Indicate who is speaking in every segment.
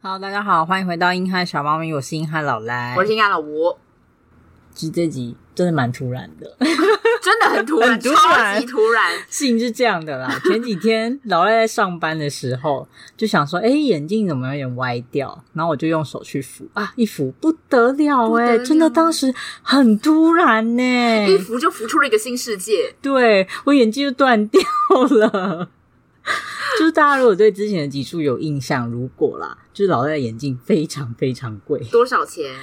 Speaker 1: Hello，大家好，欢迎回到硬汉小猫咪，我是硬汉老赖。
Speaker 2: 我是新安老吴，
Speaker 1: 其实这集真的蛮突然的，
Speaker 2: 真的很突然，
Speaker 1: 很突然
Speaker 2: 超级突然。
Speaker 1: 事情是这样的啦。前几天老赖在上班的时候，就想说，哎、眼镜怎么有点歪掉？然后我就用手去扶啊，一扶不得了
Speaker 2: 不
Speaker 1: 哎、
Speaker 2: 得了
Speaker 1: 真的当时很突然呢、
Speaker 2: 一浮就浮出了一个新世界，
Speaker 1: 对我眼睛就断掉了。 就是大家如果对之前的集数有印象，如果啦，就是老赖的眼镜非常非常贵，
Speaker 2: 多少钱？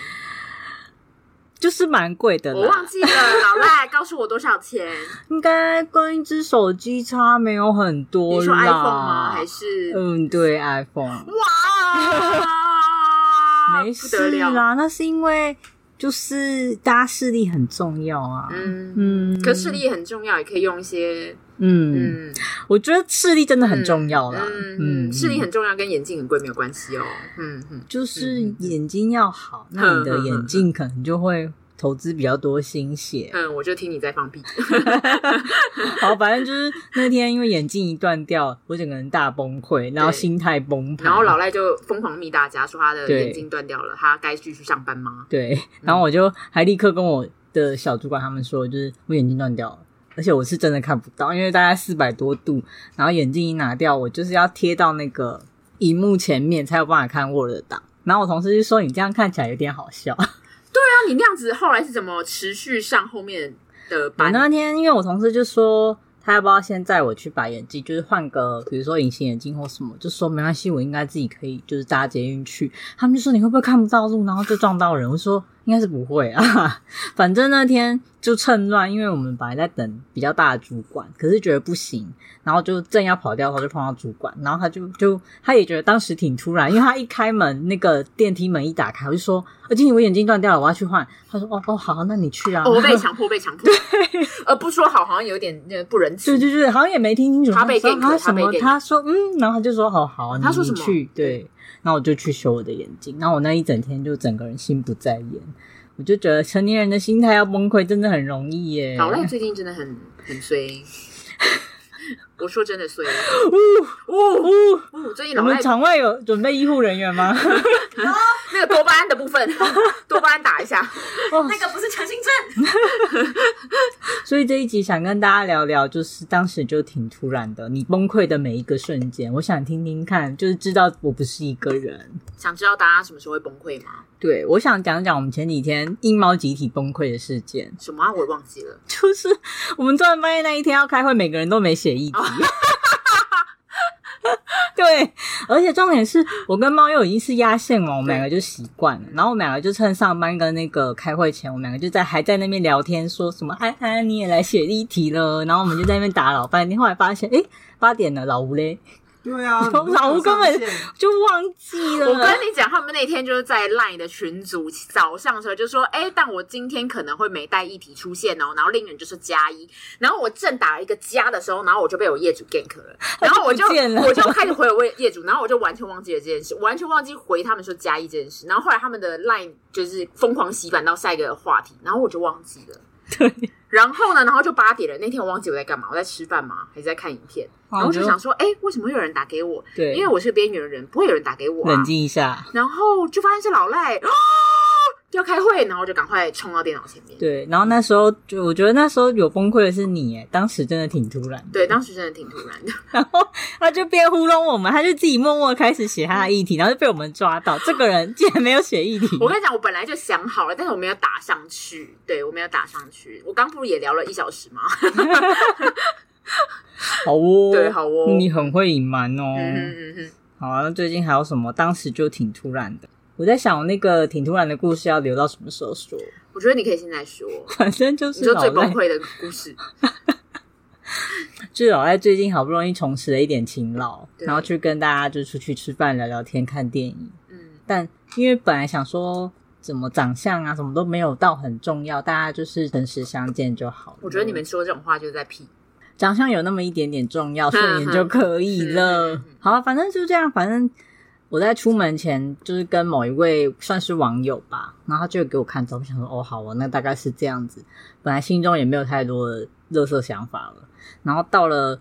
Speaker 1: 就是蛮贵的啦。
Speaker 2: 我忘记了，老赖告诉我多少 钱？
Speaker 1: 应该跟一只手机差没有很多啦。
Speaker 2: 你说 iPhone 吗？还是
Speaker 1: 嗯，对，iPhone
Speaker 2: 哇，
Speaker 1: 没
Speaker 2: 不
Speaker 1: 事
Speaker 2: 得了。
Speaker 1: 啦，那是因为就是大家视力很重要啊。
Speaker 2: 嗯，
Speaker 1: 嗯，
Speaker 2: 可视力也很重要，也可以用一些
Speaker 1: 嗯，
Speaker 2: 嗯
Speaker 1: 我觉得视力真的很重要啦。
Speaker 2: 嗯嗯，视力很重要，跟眼镜很贵没有关系哦。嗯嗯，
Speaker 1: 就是
Speaker 2: 嗯嗯
Speaker 1: 眼睛要好，那你的
Speaker 2: 嗯嗯嗯
Speaker 1: 眼睛可能就会投资比较多心 血。
Speaker 2: 嗯，我就听你在放屁。
Speaker 1: 好，反正就是那天因为眼镜一断掉，我整个人大崩溃，然后
Speaker 2: 对
Speaker 1: 心态崩盘，
Speaker 2: 然后老赖就疯狂密大家说他的
Speaker 1: 对
Speaker 2: 眼睛断掉了，他该继续上班吗？
Speaker 1: 对，然后我就还立刻跟我的小主管他们说，就是我眼睛断掉了，而且我是真的看不到，因为大概四百多度，然后眼镜一拿掉，我就是要贴到那个荧幕前面才有办法看 Word 档。然后我同事就说：“你这样看起来有点好笑。
Speaker 2: 那你那样子后来是怎么持续上后面的”
Speaker 1: 我
Speaker 2: 班？
Speaker 1: 那天因为我同事就说他要不要现在我去把眼镜，就是换个比如说隐形眼镜或什么，就说没关系，我应该自己可以就是搭捷运去。他们就说你会不会看不到路，然后就撞到人？我说应该是不会啊， 反正那天就趁乱，因为我们本来在等比较大的主管，可是觉得不行，然后就正要跑掉的时候就碰到主管，然后他就就他也觉得当时挺突然，因为他一开门那个电梯门一打开，我就说，而且我眼镜断掉了，我要去换。他说哦哦好，那你去啊。
Speaker 2: 哦，被强迫，被强 迫，呃，不说好好像有点呃不仁
Speaker 1: 对
Speaker 2: 慈。
Speaker 1: 对对，好像也没听清楚。
Speaker 2: 他被
Speaker 1: 说
Speaker 2: gank，
Speaker 1: 他
Speaker 2: 他
Speaker 1: 什么？
Speaker 2: 被 gank
Speaker 1: 他说嗯，然后他就说好好，你
Speaker 2: 他说什么
Speaker 1: 你去对，然后我就去修我的眼睛，然后我那一整天就整个人心不在焉，我就觉得成年人的心态要崩溃真的很容易耶。
Speaker 2: 老赖最近真的很很 衰，我说真的衰。
Speaker 1: 呜呜，
Speaker 2: 哦，最近老
Speaker 1: 我们
Speaker 2: 赖
Speaker 1: 场外有准备医护人员吗？
Speaker 2: 那个多巴胺的部分，多巴胺打一下。
Speaker 1: 哦
Speaker 2: 那个不是强心针。
Speaker 1: 所以这一集想跟大家聊聊，就是当时就挺突然的，你崩溃的每一个瞬间，我想听听看，就是知道我不是一个人。
Speaker 2: 想知道大家什么时候会崩溃吗？
Speaker 1: 对，我想讲讲我们前几天阴猫集体崩溃的事件。
Speaker 2: 什么啊？我也忘记了。
Speaker 1: 就是我们突然发现那一天要开会，每个人都没写议
Speaker 2: 哦
Speaker 1: 题。 对，而且重点是我跟猫又已经是压线了，我们两个就习惯了。然后我们两个就趁上班跟那个开会前，我们两个就在还在那边聊天，说什么安安你也来写议题了。然后我们就在那边打老半天，后来发现诶八点了，老吴嘞
Speaker 3: 对 啊，
Speaker 1: 老老吴根本就忘记了。
Speaker 2: 我跟你讲，他们那天就是在 LINE 的群组早上的时候就说，哎、但我今天可能会没带议题出现哦，然后另一人就说加一，然后我正打了一个加的时候，然后我就被我业主 gank 了，然后我就
Speaker 1: 不见了
Speaker 2: 我就开始回我业主，然后我就完全忘记了这件事，完全忘记回他们说加一这件事，然后后来他们的 LINE 就是疯狂洗版到下一个话题，然后我就忘记了。对，然后呢，然后就八点了。那天我忘记我在干嘛，我在吃饭吗？还是在看影片？
Speaker 1: 哦
Speaker 2: 然后我就
Speaker 1: 就
Speaker 2: 想说，哎、为什么会有人打给我？
Speaker 1: 对，
Speaker 2: 因为我是边缘人，不会有人打给我、啊。
Speaker 1: 冷静一下。
Speaker 2: 然后就发现是老赖 啊，要开会，然后就赶快冲到电脑前面。
Speaker 1: 对，然后那时候就我觉得那时候有崩溃的是你，哎，当时真的挺突然的。
Speaker 2: 对，当时真的挺突然的。
Speaker 1: 然后他就边糊弄我们，他就自己默默开始写他的议题，然后就被我们抓到，这个人竟然没有写议题。
Speaker 2: 我跟你讲，我本来就想好了，但是我没有打上去。对，我没有打上去。我刚不是也聊了一小时吗？
Speaker 1: 好哦，
Speaker 2: 对好哦
Speaker 1: 你很会隐瞒哦。
Speaker 2: 嗯哼嗯哼，
Speaker 1: 好啊，那最近还有什么？当时就挺突然的。我在想，我那个挺突然的故事要留到什么时候说？
Speaker 2: 我觉得你可以现在说，
Speaker 1: 反正就
Speaker 2: 你
Speaker 1: 是
Speaker 2: 说
Speaker 1: 老
Speaker 2: 最崩
Speaker 1: 赖，
Speaker 2: 溃的故事。
Speaker 1: 就是老赖最近好不容易重拾了一点勤劳，
Speaker 2: 对
Speaker 1: 然后去跟大家就出去吃饭、聊聊天、看电影。
Speaker 2: 嗯，
Speaker 1: 但因为本来想说怎么长相啊，什么都没有到很重要，大家就是诚实相见就好了。
Speaker 2: 我觉得你们说这种话就是在屁。
Speaker 1: 长相有那么一点点重要，顺眼就可以
Speaker 2: 嗯嗯
Speaker 1: 了
Speaker 2: 嗯嗯。
Speaker 1: 好，反正就这样。反正我在出门前就是跟某一位算是网友吧，然后他就给我看照片，想说哦，好哦，那大概是这样子。本来心中也没有太多的乐色想法了。然后到了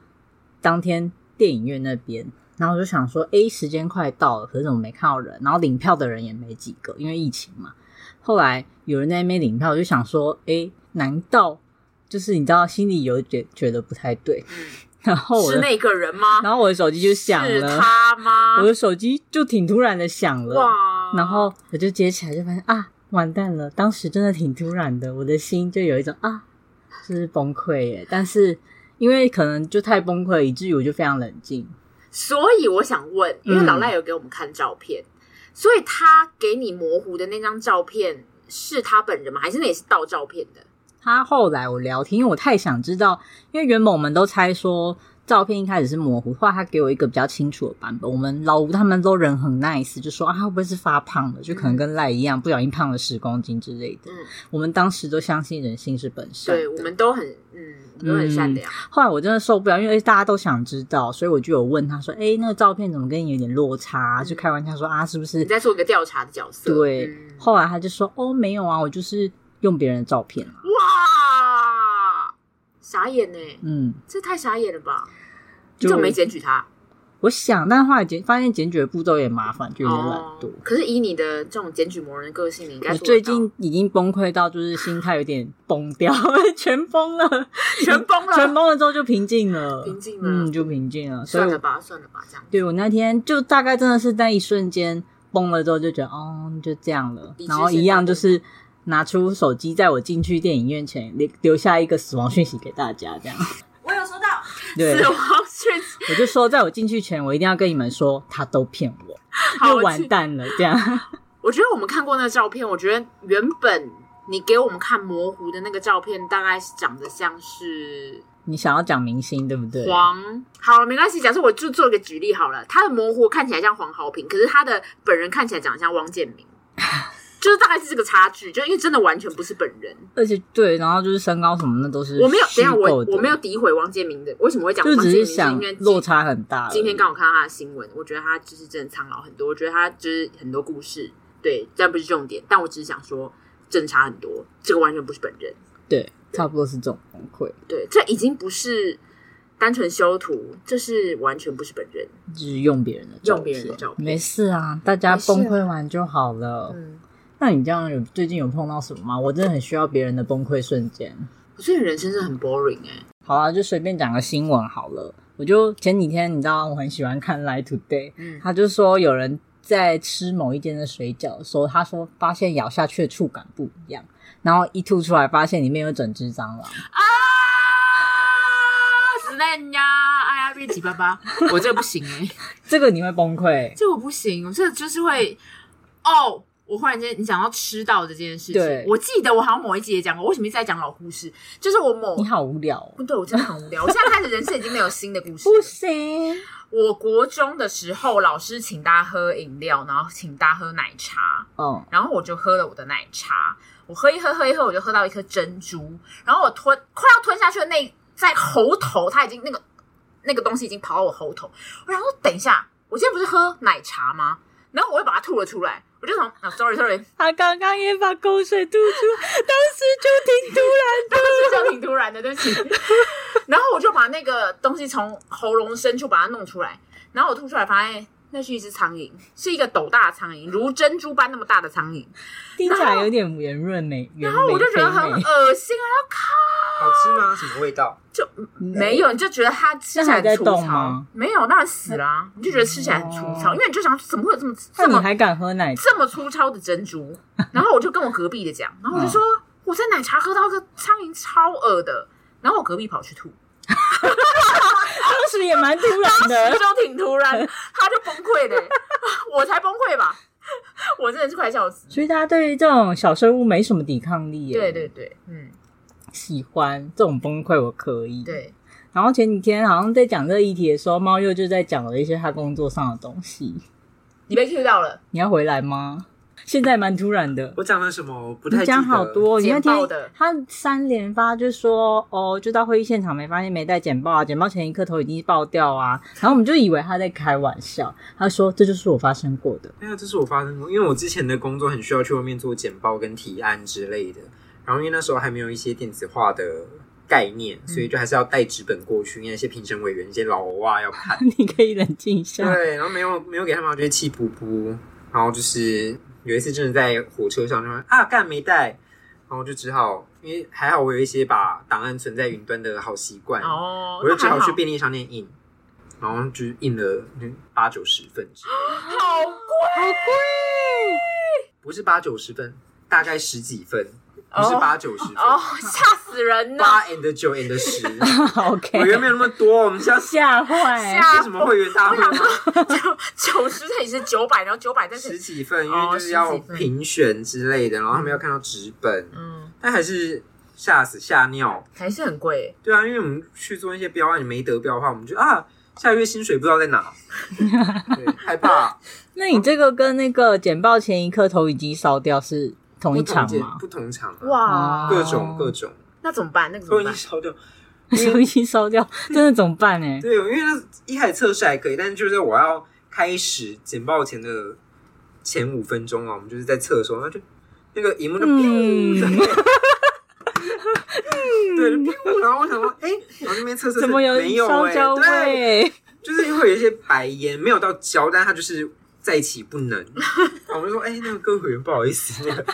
Speaker 1: 当天电影院那边，然后我就想说，诶，时间快到了，可是怎么没看到人？然后领票的人也没几个，因为疫情嘛。后来有人在那边领票，我就想说，诶，难道就是你知道，心里有觉觉得不太对。然后我
Speaker 2: 嗯是
Speaker 1: 的，
Speaker 2: 那个人吗？
Speaker 1: 然后我的手机就响
Speaker 2: 是
Speaker 1: 了，
Speaker 2: 他吗
Speaker 1: 我？的手机就挺突然的响了。
Speaker 2: 哇！
Speaker 1: 然后我就接起来，就发现啊，完蛋了！当时真的挺突然的，我的心就有一种啊，就是崩溃耶。但是因为可能就太崩溃，以至于我就非常冷静。
Speaker 2: 所以我想问，因为
Speaker 1: 嗯
Speaker 2: 老赖有给我们看照片，所以他给你模糊的那张照片是他本人吗？还是那也是盗照片的？
Speaker 1: 他后来我聊天，因为我太想知道，因为原本我们都猜说照片一开始是模糊，后来他给我一个比较清楚的版本。我们老吴他们都人很 nice，就说啊，他会不会是发胖了？就可能跟赖一样，不小心胖了十公斤之类的。
Speaker 2: 嗯
Speaker 1: 我们当时都相信人性是本善的，
Speaker 2: 对，我们都很嗯，我们都很善良。
Speaker 1: 后来我真的受不了，因为大家都想知道，所以我就有问他说：“哎、那个照片怎么跟你有点落差？”就开玩笑说：“啊，是不是
Speaker 2: 你嗯在做一个调查的角？”色，
Speaker 1: 对。
Speaker 2: 嗯
Speaker 1: 后来他就说：“哦，没有啊，我就是用别人的照片啊。
Speaker 2: 哇，傻眼呢、”欸
Speaker 1: 嗯，
Speaker 2: 这太傻眼了吧？你
Speaker 1: 就
Speaker 2: 怎么没检举他？
Speaker 1: 我想，但后来检发现检举的步骤也麻烦，就有点懒惰
Speaker 2: 哦。可是以你的这种检举魔人的个性，你应该
Speaker 1: 我
Speaker 2: 做得
Speaker 1: 最
Speaker 2: 到
Speaker 1: 近已经崩溃到，就是心态有点崩掉， 全崩了，
Speaker 2: 全崩了，
Speaker 1: 全崩了之后就平静了，
Speaker 2: 平静了
Speaker 1: 嗯，就平静了。所以
Speaker 2: 算
Speaker 1: 我
Speaker 2: 了吧，算了吧，这样
Speaker 1: 对我那天就大概真的是在一瞬间崩了之后，就觉得哦，就这样了
Speaker 2: 理。智
Speaker 1: 然后一样就是拿出手机，在我进去电影院前留留下一个死亡讯息给大家，这样。
Speaker 2: 我有收到
Speaker 1: 对，
Speaker 2: 死亡讯息，
Speaker 1: 我就说在我进去前，我一定要跟你们说，他都骗我，
Speaker 2: 好
Speaker 1: 又
Speaker 2: 我
Speaker 1: 完
Speaker 2: 去
Speaker 1: 蛋了，这样。
Speaker 2: 我觉得我们看过那个照片，我觉得原本你给我们看模糊的那个照片，大概是长得像是
Speaker 1: 你想要讲明星对不对？
Speaker 2: 黄。好了，没关系，假设我就做一个举例好了，他的模糊看起来像黄豪平，可是他的本人看起来长得像汪建 民，就是大概是这个差距，就因为真的完全不是本人。
Speaker 1: 而且对，然后就是身高什么那都是
Speaker 2: 我没有，等一
Speaker 1: 虚
Speaker 2: 下我
Speaker 1: 构的，
Speaker 2: 我没有，诋毁汪建民的，为什么会讲汪
Speaker 1: 就只
Speaker 2: 建民？
Speaker 1: 是
Speaker 2: 是因
Speaker 1: 想
Speaker 2: 为
Speaker 1: 落差很大而已。
Speaker 2: 今天刚好看到他的新闻，我觉得他就是真的苍老很多，我觉得他就是很多故事，对，但不是重点。但我只是想说，真的差很多，这个完全不是本人。
Speaker 1: 对，差不多是这种崩溃，
Speaker 2: 对，这已经不是单纯修图，这是完全不是本人。
Speaker 1: 就是用别人的照
Speaker 2: 用别人的照片
Speaker 1: 没事啊，大家
Speaker 2: 没事啊
Speaker 1: 崩溃完就好了。
Speaker 2: 嗯，
Speaker 1: 那你这样有最近有碰到什么吗？我真的很需要别人的崩溃瞬间。
Speaker 2: 我最近人生真的很 boring 哎、
Speaker 1: 好啊，就随便讲个新闻好了。我就前几天你知道我很喜欢看《Lie Today》，
Speaker 2: 嗯，
Speaker 1: 他就说有人在吃某一间的水饺的时候，他说发现咬下去的触感不一样，然后一吐出来发现里面有整只蟑螂。
Speaker 2: 啊死烂呀！哎呀，变几巴 巴，我这个不行哎、
Speaker 1: 这个你会崩溃，
Speaker 2: 这我不行，我这就是会哦。我忽然间，你讲到吃到的这件事情
Speaker 1: 对，
Speaker 2: 我记得我好像某一集也讲过，为什么一直在讲老故事？就是我某
Speaker 1: 你好无聊、哦，
Speaker 2: 不对，我真的很无聊。我现在开始人生已经没有新的故事了。
Speaker 1: 不行。
Speaker 2: 我国中的时候，老师请大家喝饮料，然后请大家喝奶茶，
Speaker 1: 嗯，
Speaker 2: 然后我就喝了我的奶茶。我喝一喝，喝一喝，我就喝到一颗珍珠，然后我吞快要吞下去的那在喉头，它已经那个那个东西已经跑到我喉头。我想说，等一下，我今天不是喝奶茶吗？然后我又把它吐了出来，我就从啊，sorry sorry，
Speaker 1: 他刚刚也把口水吐出，当时就挺突然的。
Speaker 2: 这就挺突然的，对不起。然后我就把那个东西从喉咙深处把它弄出来，然后我吐出来，发现哎那是一只苍蝇，是一个斗大的苍蝇，如珍珠般那么大的苍蝇。
Speaker 1: 听起来有点圆润美，然
Speaker 2: 然后我就觉得很恶心啊，
Speaker 3: 好吃吗？什么味道？
Speaker 2: 没有，你就觉得它吃起来
Speaker 1: 那还在
Speaker 2: 很粗
Speaker 1: 动
Speaker 2: 糙
Speaker 1: 吗，
Speaker 2: 没有，当然死啦、你就觉得吃起来很粗糙，
Speaker 1: 哦
Speaker 2: 因为你就想怎么会有这么
Speaker 1: 那
Speaker 2: 这
Speaker 1: 你
Speaker 2: 么
Speaker 1: 还敢喝奶茶？
Speaker 2: 这么粗糙的珍珠。然后我就跟我隔壁的讲，然后我就
Speaker 1: 嗯
Speaker 2: 说、我在奶茶喝到一个苍蝇超恶的，然后我隔壁跑去 吐，
Speaker 1: 当时也蛮突然
Speaker 2: 那
Speaker 1: 的。
Speaker 2: 时候挺突然，他就崩溃的欸、 我才崩溃吧，我真的是快笑死。
Speaker 1: 所以大家对于这种小生物没什么抵抗力耶。
Speaker 2: 对对，对，嗯，
Speaker 1: 喜欢这种崩溃我可以。。
Speaker 2: 对，
Speaker 1: 然后前几天好像在讲这个议题的时候，猫又就在讲了一些他工作上的东西。
Speaker 2: 你被 Q 到了，
Speaker 1: 你要回来吗？现在蛮突然的。
Speaker 3: 我讲了什么？我不太
Speaker 1: 你
Speaker 3: 记得
Speaker 1: 讲好。多，你那
Speaker 2: 简报
Speaker 1: 天
Speaker 2: 的
Speaker 1: 他三连发就说哦，就到会议现场没发现没带简报啊，简报前一刻头已经爆掉啊，然后我们就以为他在开玩笑，他说这就是我发生过的，
Speaker 3: 没有，这是我发生过，因为我之前的工作很需要去外面做简报跟提案之类的，然后因为那时候还没有一些电子化的概念，
Speaker 1: 嗯
Speaker 3: 所以就还是要带纸本过去，因为那些评审委员、一些老欧啊要看。
Speaker 1: 你可以冷静一下。
Speaker 3: 对，然后没有没有给他们，我就会气噗噗。然后就是有一次真的在火车上，就说啊干没带，然后就只好因为还好我有一些把档案存在云端的好习惯，
Speaker 2: 哦，
Speaker 3: 我就
Speaker 2: 那
Speaker 3: 只
Speaker 2: 还
Speaker 3: 好
Speaker 2: 好
Speaker 3: 去便利商店印，然后就印了嗯八九十份之类的，
Speaker 2: 好
Speaker 1: 好贵，
Speaker 3: 不是八九十份，大概十几份，不
Speaker 2: 哦
Speaker 3: 是八九十份，
Speaker 2: 哦，吓死人呐！
Speaker 3: 八 and 九 and 十，委员
Speaker 1: OK，
Speaker 3: 没有那么多，我们下次
Speaker 1: 吓坏
Speaker 2: 吓。
Speaker 3: 是什么会员
Speaker 2: 我
Speaker 3: 大会
Speaker 2: 想
Speaker 3: 吗？
Speaker 2: 说，九九十它也是九百，然后九百，但
Speaker 3: 十
Speaker 2: 是
Speaker 3: 几份，因
Speaker 2: 哦
Speaker 3: 为就是要
Speaker 2: 十几份
Speaker 3: 评选之类的，然后他们要看到纸本，
Speaker 2: 嗯，
Speaker 3: 但还是吓死吓尿。
Speaker 2: 还是很贵。
Speaker 3: 对啊，因为我们去做一些标案，你没得标的话，我们就啊，下个月薪水不知道 在哪，对，害怕。
Speaker 1: 那你这个跟那个简报前一刻投影机烧掉是同一
Speaker 3: 不同
Speaker 1: 场
Speaker 3: 间
Speaker 1: 吗？
Speaker 3: 不同场啊，
Speaker 2: 哇，
Speaker 3: 各种各种，
Speaker 2: 嗯那怎么办？那个怎
Speaker 3: 都
Speaker 2: 么
Speaker 3: 已经
Speaker 2: 办？
Speaker 3: 烧掉。
Speaker 1: 投影机烧掉，
Speaker 3: 嗯
Speaker 1: 真的怎么办欸呢？
Speaker 3: 对，因为那一开始测试还可以，但是就是我要开始简报前的前五分钟啊，我们就是在测的时候，那就那个荧幕就
Speaker 1: 嗯
Speaker 3: 砰， 对，就砰然后我想说，哎、我那边测 测
Speaker 1: 怎么
Speaker 3: 有没
Speaker 2: 欸
Speaker 1: 烧
Speaker 3: 哎、
Speaker 1: 焦
Speaker 3: 对，
Speaker 1: 味？
Speaker 3: 就是会有一些白烟，没有到焦，但它就是在一起不能。 然后我们就说，哎、那个各位委员不好意思，那个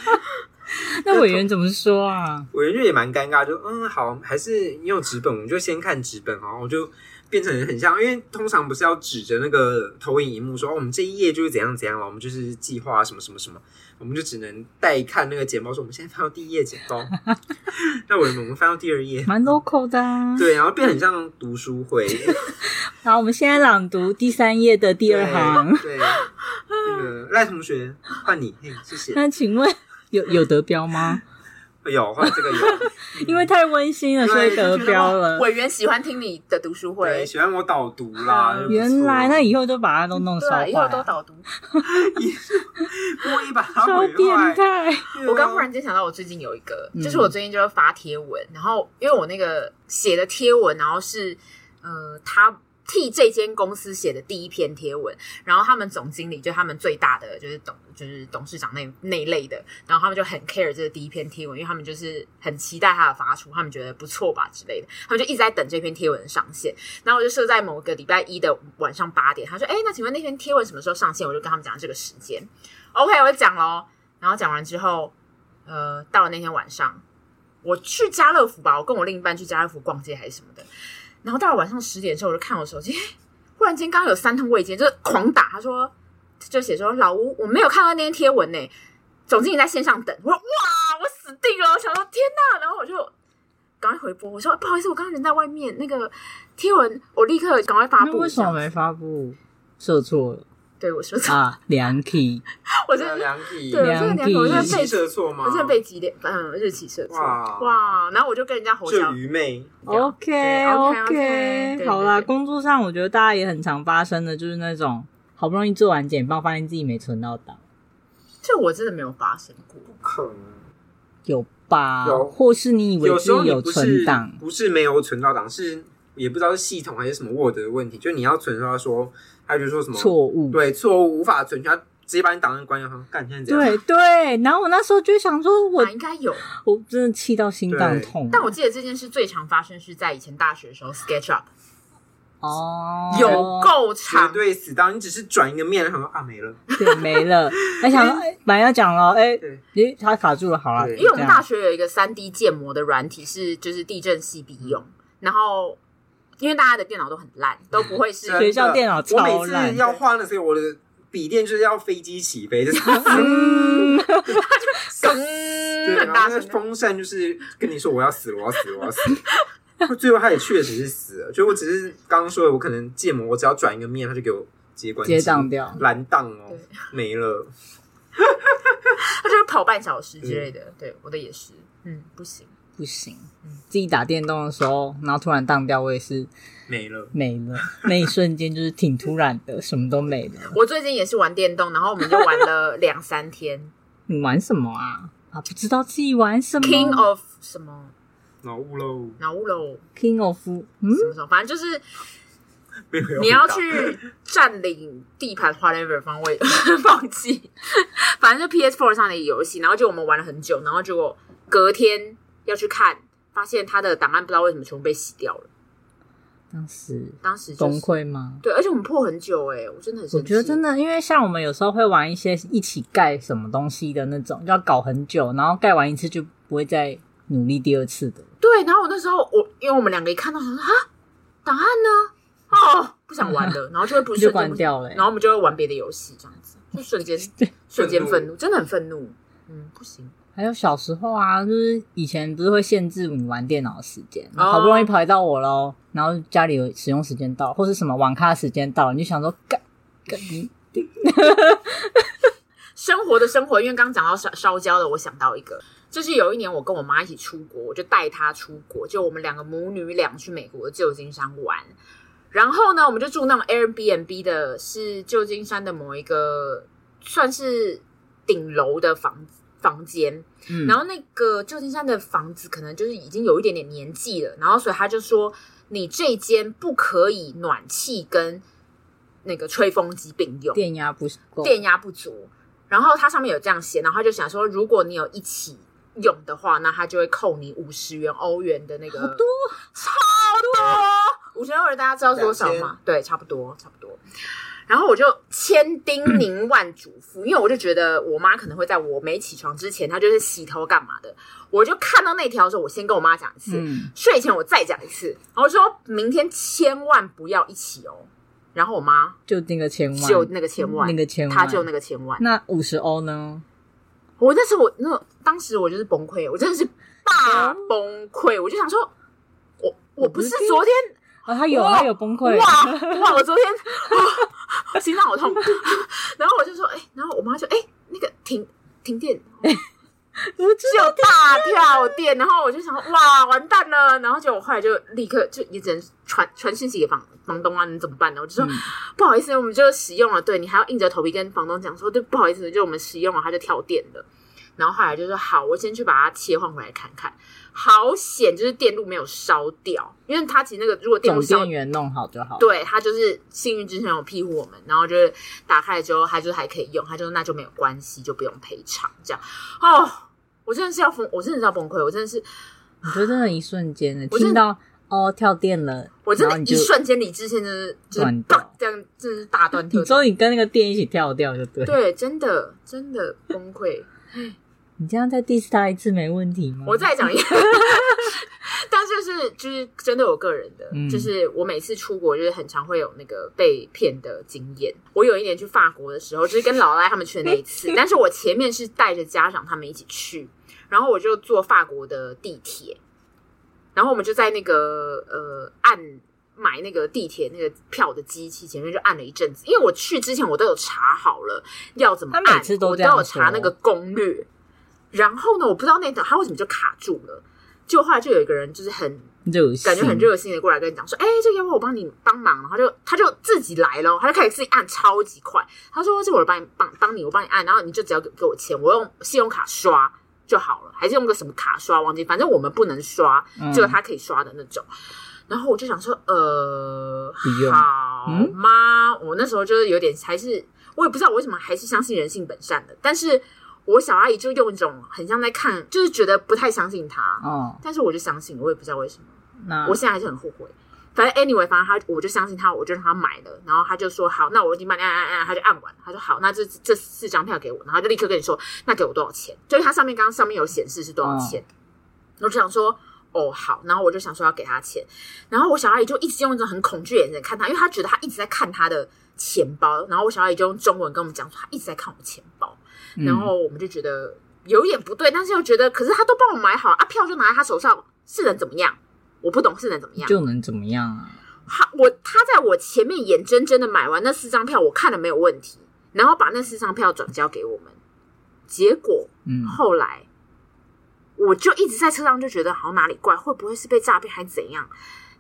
Speaker 1: 那委员怎么 说啊？
Speaker 3: 我就也蛮尴尬，就嗯好，还是你有纸本，我们就先看纸本哦。我就变成很像，因为通常不是要指着那个投影荧幕说、哦，我们这一页就是怎样怎样了，我们就是计划什么什么什么，我们就只能带看那个简报说，我们现在翻到第一页简 报，那我们我们翻到第二页，
Speaker 1: 蛮 local 的、啊。
Speaker 3: 对，然后变得很像读书会，
Speaker 1: 好，我们现在朗读第三页的 第二行。
Speaker 3: 对，对那个赖同学换你，嘿，谢谢，
Speaker 1: 那请问有有得 标吗？
Speaker 3: 有换这 个有，
Speaker 1: 因为太温馨了，所以得标了。
Speaker 2: 委员喜欢听你的读书
Speaker 3: 对，
Speaker 2: 会，
Speaker 3: 喜欢我导读啦，就不错
Speaker 1: 啊原来那以后就把它都弄
Speaker 2: 对
Speaker 1: 烧坏
Speaker 2: 啊，
Speaker 1: 啊，
Speaker 2: 以后都导读。
Speaker 3: 故意把它
Speaker 1: 超
Speaker 3: 毁
Speaker 1: 变
Speaker 3: 坏。
Speaker 1: 态。
Speaker 3: 啊
Speaker 2: 我刚忽然间想到，我最近有一个，
Speaker 1: 嗯
Speaker 2: 就是我最近就要发贴文，然后因为我那个写的贴文，然后是呃，他替这间公司写的第一篇贴文，然后他们总经理就他们最大的就是董就是董事长那那一类的，然后他们就很 care 这个第一篇贴文，因为他们就是很期待它的发出，他们觉得不错吧之类的，他们就一直在等这篇贴文的上线。然后我就设在某个礼拜一的晚上八点，他说：“哎，那请问那篇贴文什么时候上线？”我就跟他们讲这个时间。OK，我就讲喽。然后讲完之后，呃，到了那天晚上，我去家乐福吧，我跟我另一半去家乐福逛街还是什么的。然后到了晚上十点的时候，我就看我手机，忽然间刚刚有三通未接，就是狂打。他说就写说老吴，我没有看到那篇贴文呢、总经理在线上等。我说哇，我死定了！我想说天哪，然后我就。赶快回拨，我说不好意思，我刚刚人在外面，那个贴文我立刻赶快发
Speaker 1: 那
Speaker 2: 布。
Speaker 1: 为什
Speaker 2: 这
Speaker 1: 么
Speaker 2: 样
Speaker 1: 没
Speaker 2: 子？
Speaker 1: 发布？设错了
Speaker 2: 对我说错，
Speaker 1: 啊，良体
Speaker 2: 我真
Speaker 3: 对啊
Speaker 2: 的
Speaker 3: 梁体，
Speaker 2: 对，我真的
Speaker 1: 良
Speaker 2: 两口，我真的
Speaker 1: 地
Speaker 3: 是
Speaker 2: 被
Speaker 3: 射错吗？
Speaker 2: 我真的被几点？嗯，日期设错
Speaker 3: 哇
Speaker 2: 哇！然后我就跟人家吼叫
Speaker 3: 就，愚昧，
Speaker 1: OK
Speaker 2: 对 OK，OK，对对
Speaker 1: 好啦，
Speaker 2: 对
Speaker 1: 工作上我觉得大家也很常发生的，就是那种好不容易做完简报，发现自己没存到档，
Speaker 2: 这我真的没有发生过。
Speaker 3: 不可能。
Speaker 1: 有吧？
Speaker 3: 有
Speaker 1: 或是你以为
Speaker 3: 有
Speaker 1: 自
Speaker 3: 时候
Speaker 1: 己
Speaker 3: 你
Speaker 1: 有
Speaker 3: 不
Speaker 1: 存
Speaker 3: 是
Speaker 1: 档，
Speaker 3: 不是没有存到档，是也不知道是系统还是什么 Word 的问题，就你要存到说，他就说什么
Speaker 1: 错，误。
Speaker 3: 对，错误无法存取，他直接把你档案关掉，说干现在怎
Speaker 1: 对
Speaker 3: 样？哎
Speaker 1: 对，然后我那时候就想说我，
Speaker 2: 啊，应该有，
Speaker 1: 我真的气到心脏痛。
Speaker 2: 但我记得这件事最常发生是在以前大学的时候，SketchUp
Speaker 1: 哦，
Speaker 2: 有够
Speaker 3: 绝
Speaker 2: 长，
Speaker 3: 对死档，你只是转一个面，然后啊没了。
Speaker 1: 对没 了。哎，想说哎本来要讲了，哎
Speaker 3: 对，
Speaker 1: 诶，他卡住了，好了，
Speaker 3: 对
Speaker 2: 因为我
Speaker 1: 这
Speaker 2: 们
Speaker 1: 样
Speaker 2: 大学有一个三 D 建模的软体是就是地震系必用，然后因为大家的电脑都很烂，都不会是
Speaker 3: 真的
Speaker 1: 学校电脑超
Speaker 3: 我
Speaker 1: 烂
Speaker 3: 每次要画那些，我的笔电就是要飞机 起飞，就是
Speaker 1: 嗯，
Speaker 3: 对，
Speaker 2: 噔
Speaker 3: 然
Speaker 2: 嗯很
Speaker 3: 后
Speaker 2: 大
Speaker 3: 那个
Speaker 2: 声的。
Speaker 3: 风扇就是跟你说我要死了，我要死了，我要死了。最后他也确实是死了，就我只是刚刚说的，我可能建模，我只要转一个面，他就给我接关机
Speaker 1: 结账掉
Speaker 3: 蓝档哦
Speaker 2: 对，
Speaker 3: 没了。
Speaker 2: 他就是跑半小时之类的。对，我的也是，嗯，不行。
Speaker 1: 不行。自己打电动的时候，然后突然荡掉，我也是
Speaker 3: 没了，
Speaker 1: 没 了。那一瞬间就是挺突然的，什么都没了。
Speaker 2: 我最近也是玩电动，然后我们就玩了两三天
Speaker 1: 你玩什么啊？啊，不知道自己玩什么。
Speaker 2: ，King of 什么
Speaker 3: 脑雾喽，
Speaker 2: 脑雾楼
Speaker 1: King of，嗯，
Speaker 2: 什么什么，反正就是
Speaker 3: 没有
Speaker 2: 你要去占领地盘 whatever 方位， 放弃，反正就 PS4 上的游戏，然后就我们玩了很久，然后结果隔天要去看发现他的档案不知道为什么全部被洗掉了，
Speaker 1: 当时
Speaker 2: 当时、就
Speaker 1: 崩
Speaker 2: 是、
Speaker 1: 溃吗？
Speaker 2: 对，而且我们破很久哎、我真的很生
Speaker 1: 我
Speaker 2: 气。
Speaker 1: 觉得真的，因为像我们有时候会玩一些一起盖什么东西的那种，要搞很久，然后盖完一次就不会再努力第二次的。
Speaker 2: 对，然后我那时候我因为我们两个一看到想说啊，档案呢？哦，不想玩 了，然后就会不
Speaker 1: 就
Speaker 2: 瞬
Speaker 1: 关
Speaker 2: 间不，
Speaker 1: 掉了欸、
Speaker 2: 然后我们就会玩别的游戏，这样子就瞬 间瞬间愤怒，真的很愤怒。嗯，不行，
Speaker 1: 还有小时候啊，就是以前不是会限制你玩电脑的时间，
Speaker 2: 哦
Speaker 1: 好不容易排到我喽，然后家里有使用时间到，或是什么网咖时间到，你就想说干干你
Speaker 2: 生活的生活，因为刚刚讲到烧烧焦的，我想到一个，就是有一年我跟我妈一起出国，我就带她出国，就我们两个母女俩去美国的旧金山玩。然后呢，我们就住那种 Airbnb 的，是旧金山的某一个算是顶楼的房房间。
Speaker 1: 嗯
Speaker 2: 然后那个旧金山的房子可能就是已经有一点点年纪了，然后所以他就说，你这间不可以暖气跟那个吹风机并用。
Speaker 1: 电压不够，
Speaker 2: 电压不足。然后它上面有这样写，然后他就想说，如果你有一起用的话，那他就会扣你五十元欧元的那个，
Speaker 1: 好多
Speaker 2: 超多，五十元欧元大家知道是多少吗？对，差不多，差不多。然后我就千叮咛万嘱咐，因为我就觉得我妈可能会在我没起床之前，她就是洗头干嘛的。我就看到那条的时候，我先跟我妈讲一次，
Speaker 1: 嗯，
Speaker 2: 睡前我再讲一次，然后说明天千万不要一起哦。然后我妈
Speaker 1: 就那个千万，嗯
Speaker 2: 就那个千万，
Speaker 1: 那个千万，
Speaker 2: 她就那个千万。
Speaker 1: 那五十欧呢？
Speaker 2: 我那时候我那种当时我就是崩溃，我真的是大崩溃，我就想说，我我不是昨天
Speaker 1: 啊，他有，
Speaker 2: 哇
Speaker 1: 他有崩溃，
Speaker 2: 哇哇，我昨天、啊心脏好痛， 然后我就说，哎、然后我妈就哎、那个停停电。
Speaker 1: 我知
Speaker 2: 就大跳电，然后我就想说哇完蛋了，然后结果我后来就立刻就也只能传传讯息给房房东啊，你怎么办呢？我就说、
Speaker 1: 嗯
Speaker 2: 不好意思，我们就使用了，对你还要硬着头皮跟房东讲说，对不好意思，就我们使用了，它就跳电了。然后后来就说好，我先去把它切换回来看看。好险，就是电路没有烧掉，因为它其实那个如果电
Speaker 1: 总
Speaker 2: 路烧
Speaker 1: 电源弄好就好。，
Speaker 2: 对他就是幸运之神有庇护我们，然后就是打开了之后，他就是还可以用，他就说那就没有关系，就不用赔偿这样。哦，我真的是要疯，我真的是要崩溃，我真的是，
Speaker 1: 我觉得真的，一瞬间的
Speaker 2: 我真的
Speaker 1: 听到哦跳电了，
Speaker 2: 我真
Speaker 1: 然后
Speaker 2: 的，
Speaker 1: 你
Speaker 2: 一
Speaker 1: 就
Speaker 2: 瞬间理智线就是就是
Speaker 1: 断掉
Speaker 2: 啪这样，真的是大断特
Speaker 1: 你说
Speaker 2: 断。
Speaker 1: 你跟那个电一起跳掉就对。
Speaker 2: 对，真的真的崩溃。
Speaker 1: 你这样再 diss 他一次没问题吗？
Speaker 2: 我再讲一个， 但是是就是针对我个人的，
Speaker 1: 嗯
Speaker 2: 就是我每次出国就是很常会有那个被骗的经验。我有一年去法国的时候，就是跟老赖他们去的那一次，但是我前面是带着家长他们一起去，然后我就坐法国的地铁，然后我们就在那个呃按。买那个地铁那个票的机器前面就按了一阵子，因为我去之前我都有查好了要怎么
Speaker 1: 他
Speaker 2: 按，
Speaker 1: 每次都
Speaker 2: 我
Speaker 1: 这
Speaker 2: 都
Speaker 1: 样
Speaker 2: 有查
Speaker 1: 说
Speaker 2: 那个攻略，然后呢，我不知道那档他为什么就卡住了，就后来就有一个人就是很
Speaker 1: 热心，
Speaker 2: 感觉很热心的过来跟你讲说，哎、这个要不要我帮你帮忙，然后就他就自己来咯，他就开始自己按超级快，他说这个我帮你帮帮你，我帮你按，然后你就只要给给我钱，我用信用卡刷就好了，还是用个什么卡刷忘记，反正我们不能刷，
Speaker 1: 嗯
Speaker 2: 只有他可以刷的那种。然后我就想说，呃，
Speaker 1: 不用
Speaker 2: 好
Speaker 1: 嗯
Speaker 2: 吗？我那时候就是有点，还是我也不知道我为什么还是相信人性本善的，但是我小阿姨就用一种很像在看，就是觉得不太相信他，
Speaker 1: 哦。
Speaker 2: 但是我就相信，我也不知道为什么。
Speaker 1: 那
Speaker 2: 我现在还是很后悔。反正 anyway，反正他我就相信他，我就让他买了，然后他就说好，那我已经帮你按按按，他就按完，他说好，那这这四张票给我，然后他就立刻跟你说，那给我多少钱？就是他上面刚刚上面有显示是多少钱，我就想说哦好，然后我就想说要给他钱，然后我小阿姨就一直用一种很恐惧的眼神看他，因为她觉得他一直在看他的钱包，然后我小阿姨就用中文跟我们讲说，她一直在看我钱包，
Speaker 1: 嗯
Speaker 2: 然后我们就觉得有点不对，但是又觉得，可是他都帮我买好啊，票就拿在他手上，是能怎么样？我不懂是能怎么样。
Speaker 1: 就能怎么样啊？
Speaker 2: 他我他在我前面眼睁睁的买完那四张票，我看了没有问题，然后把那四张票转交给我们，结果
Speaker 1: 嗯，
Speaker 2: 后来我就一直在车上就觉得好像哪里怪，会不会是被诈骗还是怎样？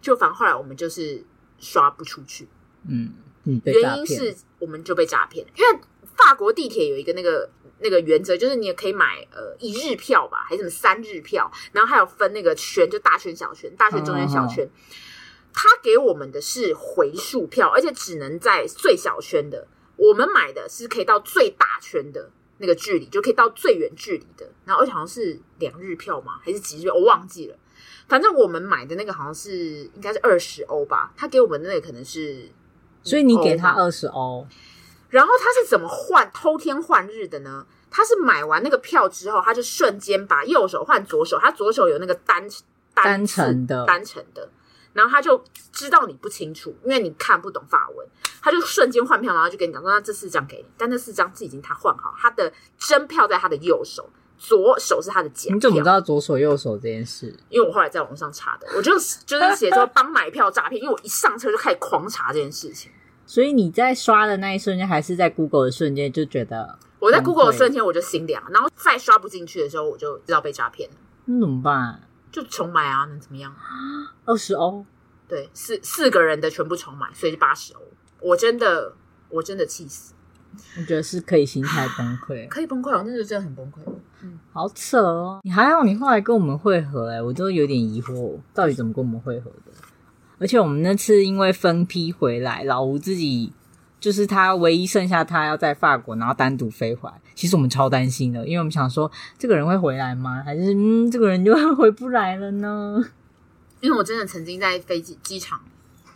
Speaker 2: 就反正后来我们就是刷不出去，
Speaker 1: 嗯，你被诈
Speaker 2: 原因
Speaker 1: 骗
Speaker 2: 是我们就被诈骗了，因为法国地铁有一个那个那个原则，就是你也可以买呃一日票吧，还是什么三日票，然后还有分那个圈，就大圈、小圈、大圈、中
Speaker 1: 嗯
Speaker 2: 圈、小圈。他给我们的是回数票，而且只能在最小圈的。我们买的是可以到最大圈的那个距离，就可以到最远距离的。然后而且好像是两日票嘛，还是几日？我忘记了。反正我们买的那个好像是应该是二十欧吧，他给我们那个可能是，
Speaker 1: 所以你给他
Speaker 2: 欧吧
Speaker 1: 二十欧，
Speaker 2: 然后他是怎么换偷天换日的呢？他是买完那个票之后，他就瞬间把右手换左手，他左手有那个单
Speaker 1: 单
Speaker 2: 次
Speaker 1: 程的
Speaker 2: 单程的，然后他就知道你不清楚，因为你看不懂法文，他就瞬间换票，然后就跟你讲说，那这四张给你，但那四张是已经他换好，他的真票在他的右手，左手是他的假票。
Speaker 1: 你怎么知道左手右手这件事？
Speaker 2: 因为我后来在网上查的，我就就是写说帮买票诈骗，因为我一上车就开始狂查这件事情。
Speaker 1: 所以你在刷的那一瞬间，还是在 Google 的瞬间，就觉得
Speaker 2: 我在 Google 的
Speaker 1: 对
Speaker 2: 瞬间我就心凉，然后再刷不进去的时候，我就知道被诈骗了，
Speaker 1: 那怎么办？
Speaker 2: 就重买啊，能怎么样？
Speaker 1: 二十欧，
Speaker 2: 对，四四个人的全部重买，所以就八十欧。我真的，我真的气死，
Speaker 1: 我觉得是可以心态崩溃，
Speaker 2: 可以崩溃，我那时候真的很崩溃。
Speaker 1: 好扯哦！你还好，你后来跟我们会合、哎，我都有点疑惑，到底怎么跟我们会合的？而且我们那次因为分批回来，老吴自己就是他唯一剩下他要在法国，然后单独飞回来。其实我们超担心的，因为我们想说这个人会回来吗？还是嗯，这个人就回不来了呢？
Speaker 2: 因为我真的曾经在飞机机场，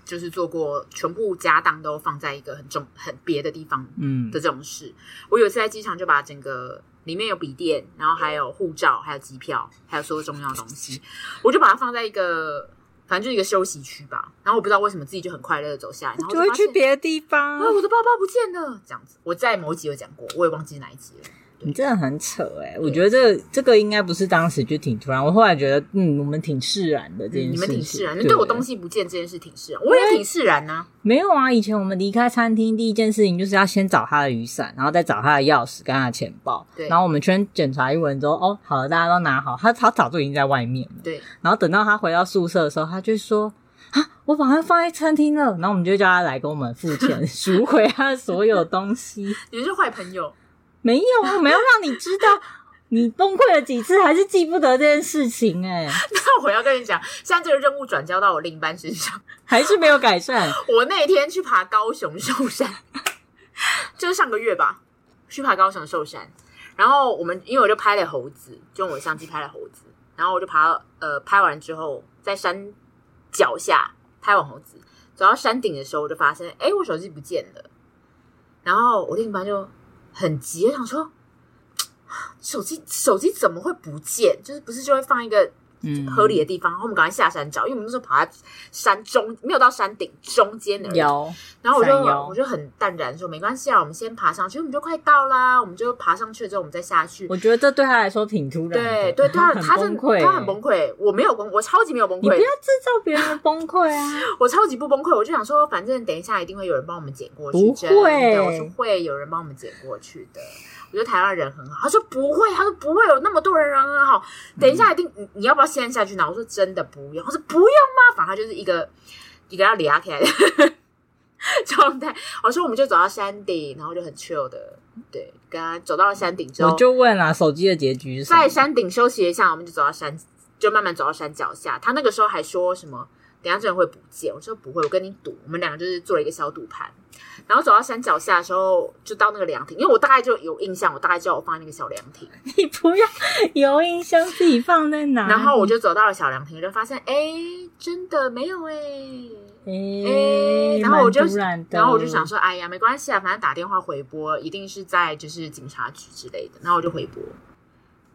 Speaker 2: 就是做过全部家当都放在一个很重很别的地方
Speaker 1: 嗯
Speaker 2: 的，这种事。我有一次在机场就把整个里面有笔电，然后还有护照，还有机票，还有所有重要的东西，我就把它放在一个反正就是一个休息区吧。然后我不知道为什么自己就很快乐的走下来，然后
Speaker 1: 就
Speaker 2: 我
Speaker 1: 会
Speaker 2: 发
Speaker 1: 去
Speaker 2: 现
Speaker 1: 别的地方
Speaker 2: 啊，。我的包包不见了，这样子。我在某一集有讲过，我也忘记哪一集了。
Speaker 1: 你真的很扯哎、我觉得这个这个应该不是当时就挺突然，我后来觉得嗯，我们挺释然的这件事
Speaker 2: 嗯
Speaker 1: 情、
Speaker 2: 你们挺释然，你
Speaker 1: 对啊
Speaker 2: 对我东西不见这件事挺释然，我也挺释然呐、
Speaker 1: 没有啊，以前我们离开餐厅，第一件事情就是要先找他的雨伞，然后再找他的钥匙跟他的钱包。
Speaker 2: 对
Speaker 1: 然后我们圈检查一轮之后，哦，好了，大家都拿好。他他早就已经在外面了。
Speaker 2: 对，
Speaker 1: 然后等到他回到宿舍的时候，他就说：“啊，我把它放在餐厅了。”然后我们就叫他来给我们付钱，赎回他的所有东西。
Speaker 2: 你们是坏朋友。
Speaker 1: 没有，我们要让你知道，你崩溃了几次还是记不得这件事情、哎，
Speaker 2: 那我要跟你讲，现在这个任务转交到我另一半身上。
Speaker 1: 还是没有改善。
Speaker 2: 我那天去爬高雄寿山，就是上个月吧，去爬高雄寿山。然后我们因为我就拍了猴子，就用我的相机拍了猴子。然后我就爬到呃拍完之后，在山脚下拍完猴子，走到山顶的时候，我就发现哎我手机不见了。然后我另一半就很急，我想说手机手机怎么会不见？就是不是就会放一个
Speaker 1: 嗯，
Speaker 2: 合理的地方，然后我们赶快下山找，因为我们那时候爬在山中，没有到山顶中间而已。
Speaker 1: 有，
Speaker 2: 然后我就
Speaker 1: 山腰
Speaker 2: 我就很淡然说没关系啊，我们先爬上去，我们就快到啦，我们就爬上去了之后我们再下去。
Speaker 1: 我觉得这对他来说挺突然
Speaker 2: 对
Speaker 1: 的。
Speaker 2: 对，他
Speaker 1: 很
Speaker 2: 他真
Speaker 1: 崩溃，欸
Speaker 2: 他很崩溃，我没有崩，我超级没有崩
Speaker 1: 你不
Speaker 2: 溃
Speaker 1: 要，制造别人的崩 溃啊！
Speaker 2: 我超级不崩溃，我就想说，反正等一下一定会有人帮我们捡过去，
Speaker 1: 不
Speaker 2: 真的，
Speaker 1: 会
Speaker 2: 我说会有人帮我们捡过去的。我觉得台湾人很好，他说不会，他说不会有那么多人人很好，等一
Speaker 1: 嗯
Speaker 2: 下一定，你你要不要现在下去拿？我说真的不用，他说不用吗？反正他就是一个一个要理阿起来的 状态。我说我们就走到山顶，然后就很 chill 的，对，跟他走到了山顶之后，
Speaker 1: 我就问啦，手机的结局是什么
Speaker 2: 在山顶休息一下，我们就走到山，就慢慢走到山脚下。他那个时候还说什么？等一下真的会不见？我说不会，我跟你赌。我们两个就是做了一个小赌盘，然后走到山脚下的时候，就到那个凉亭，因为我大概就有印象，我大概知道我放在那个小凉亭。
Speaker 1: 你不要有音箱自己放在哪里？
Speaker 2: 然后我就走到了小凉亭，我就发现哎，真的没有哎、
Speaker 1: 诶、
Speaker 2: 然后我就
Speaker 1: 蛮突然的，
Speaker 2: 然后我就想，说，哎呀，没关系啊，反正打电话回拨一定是在就是警察局之类的。然后我就回拨，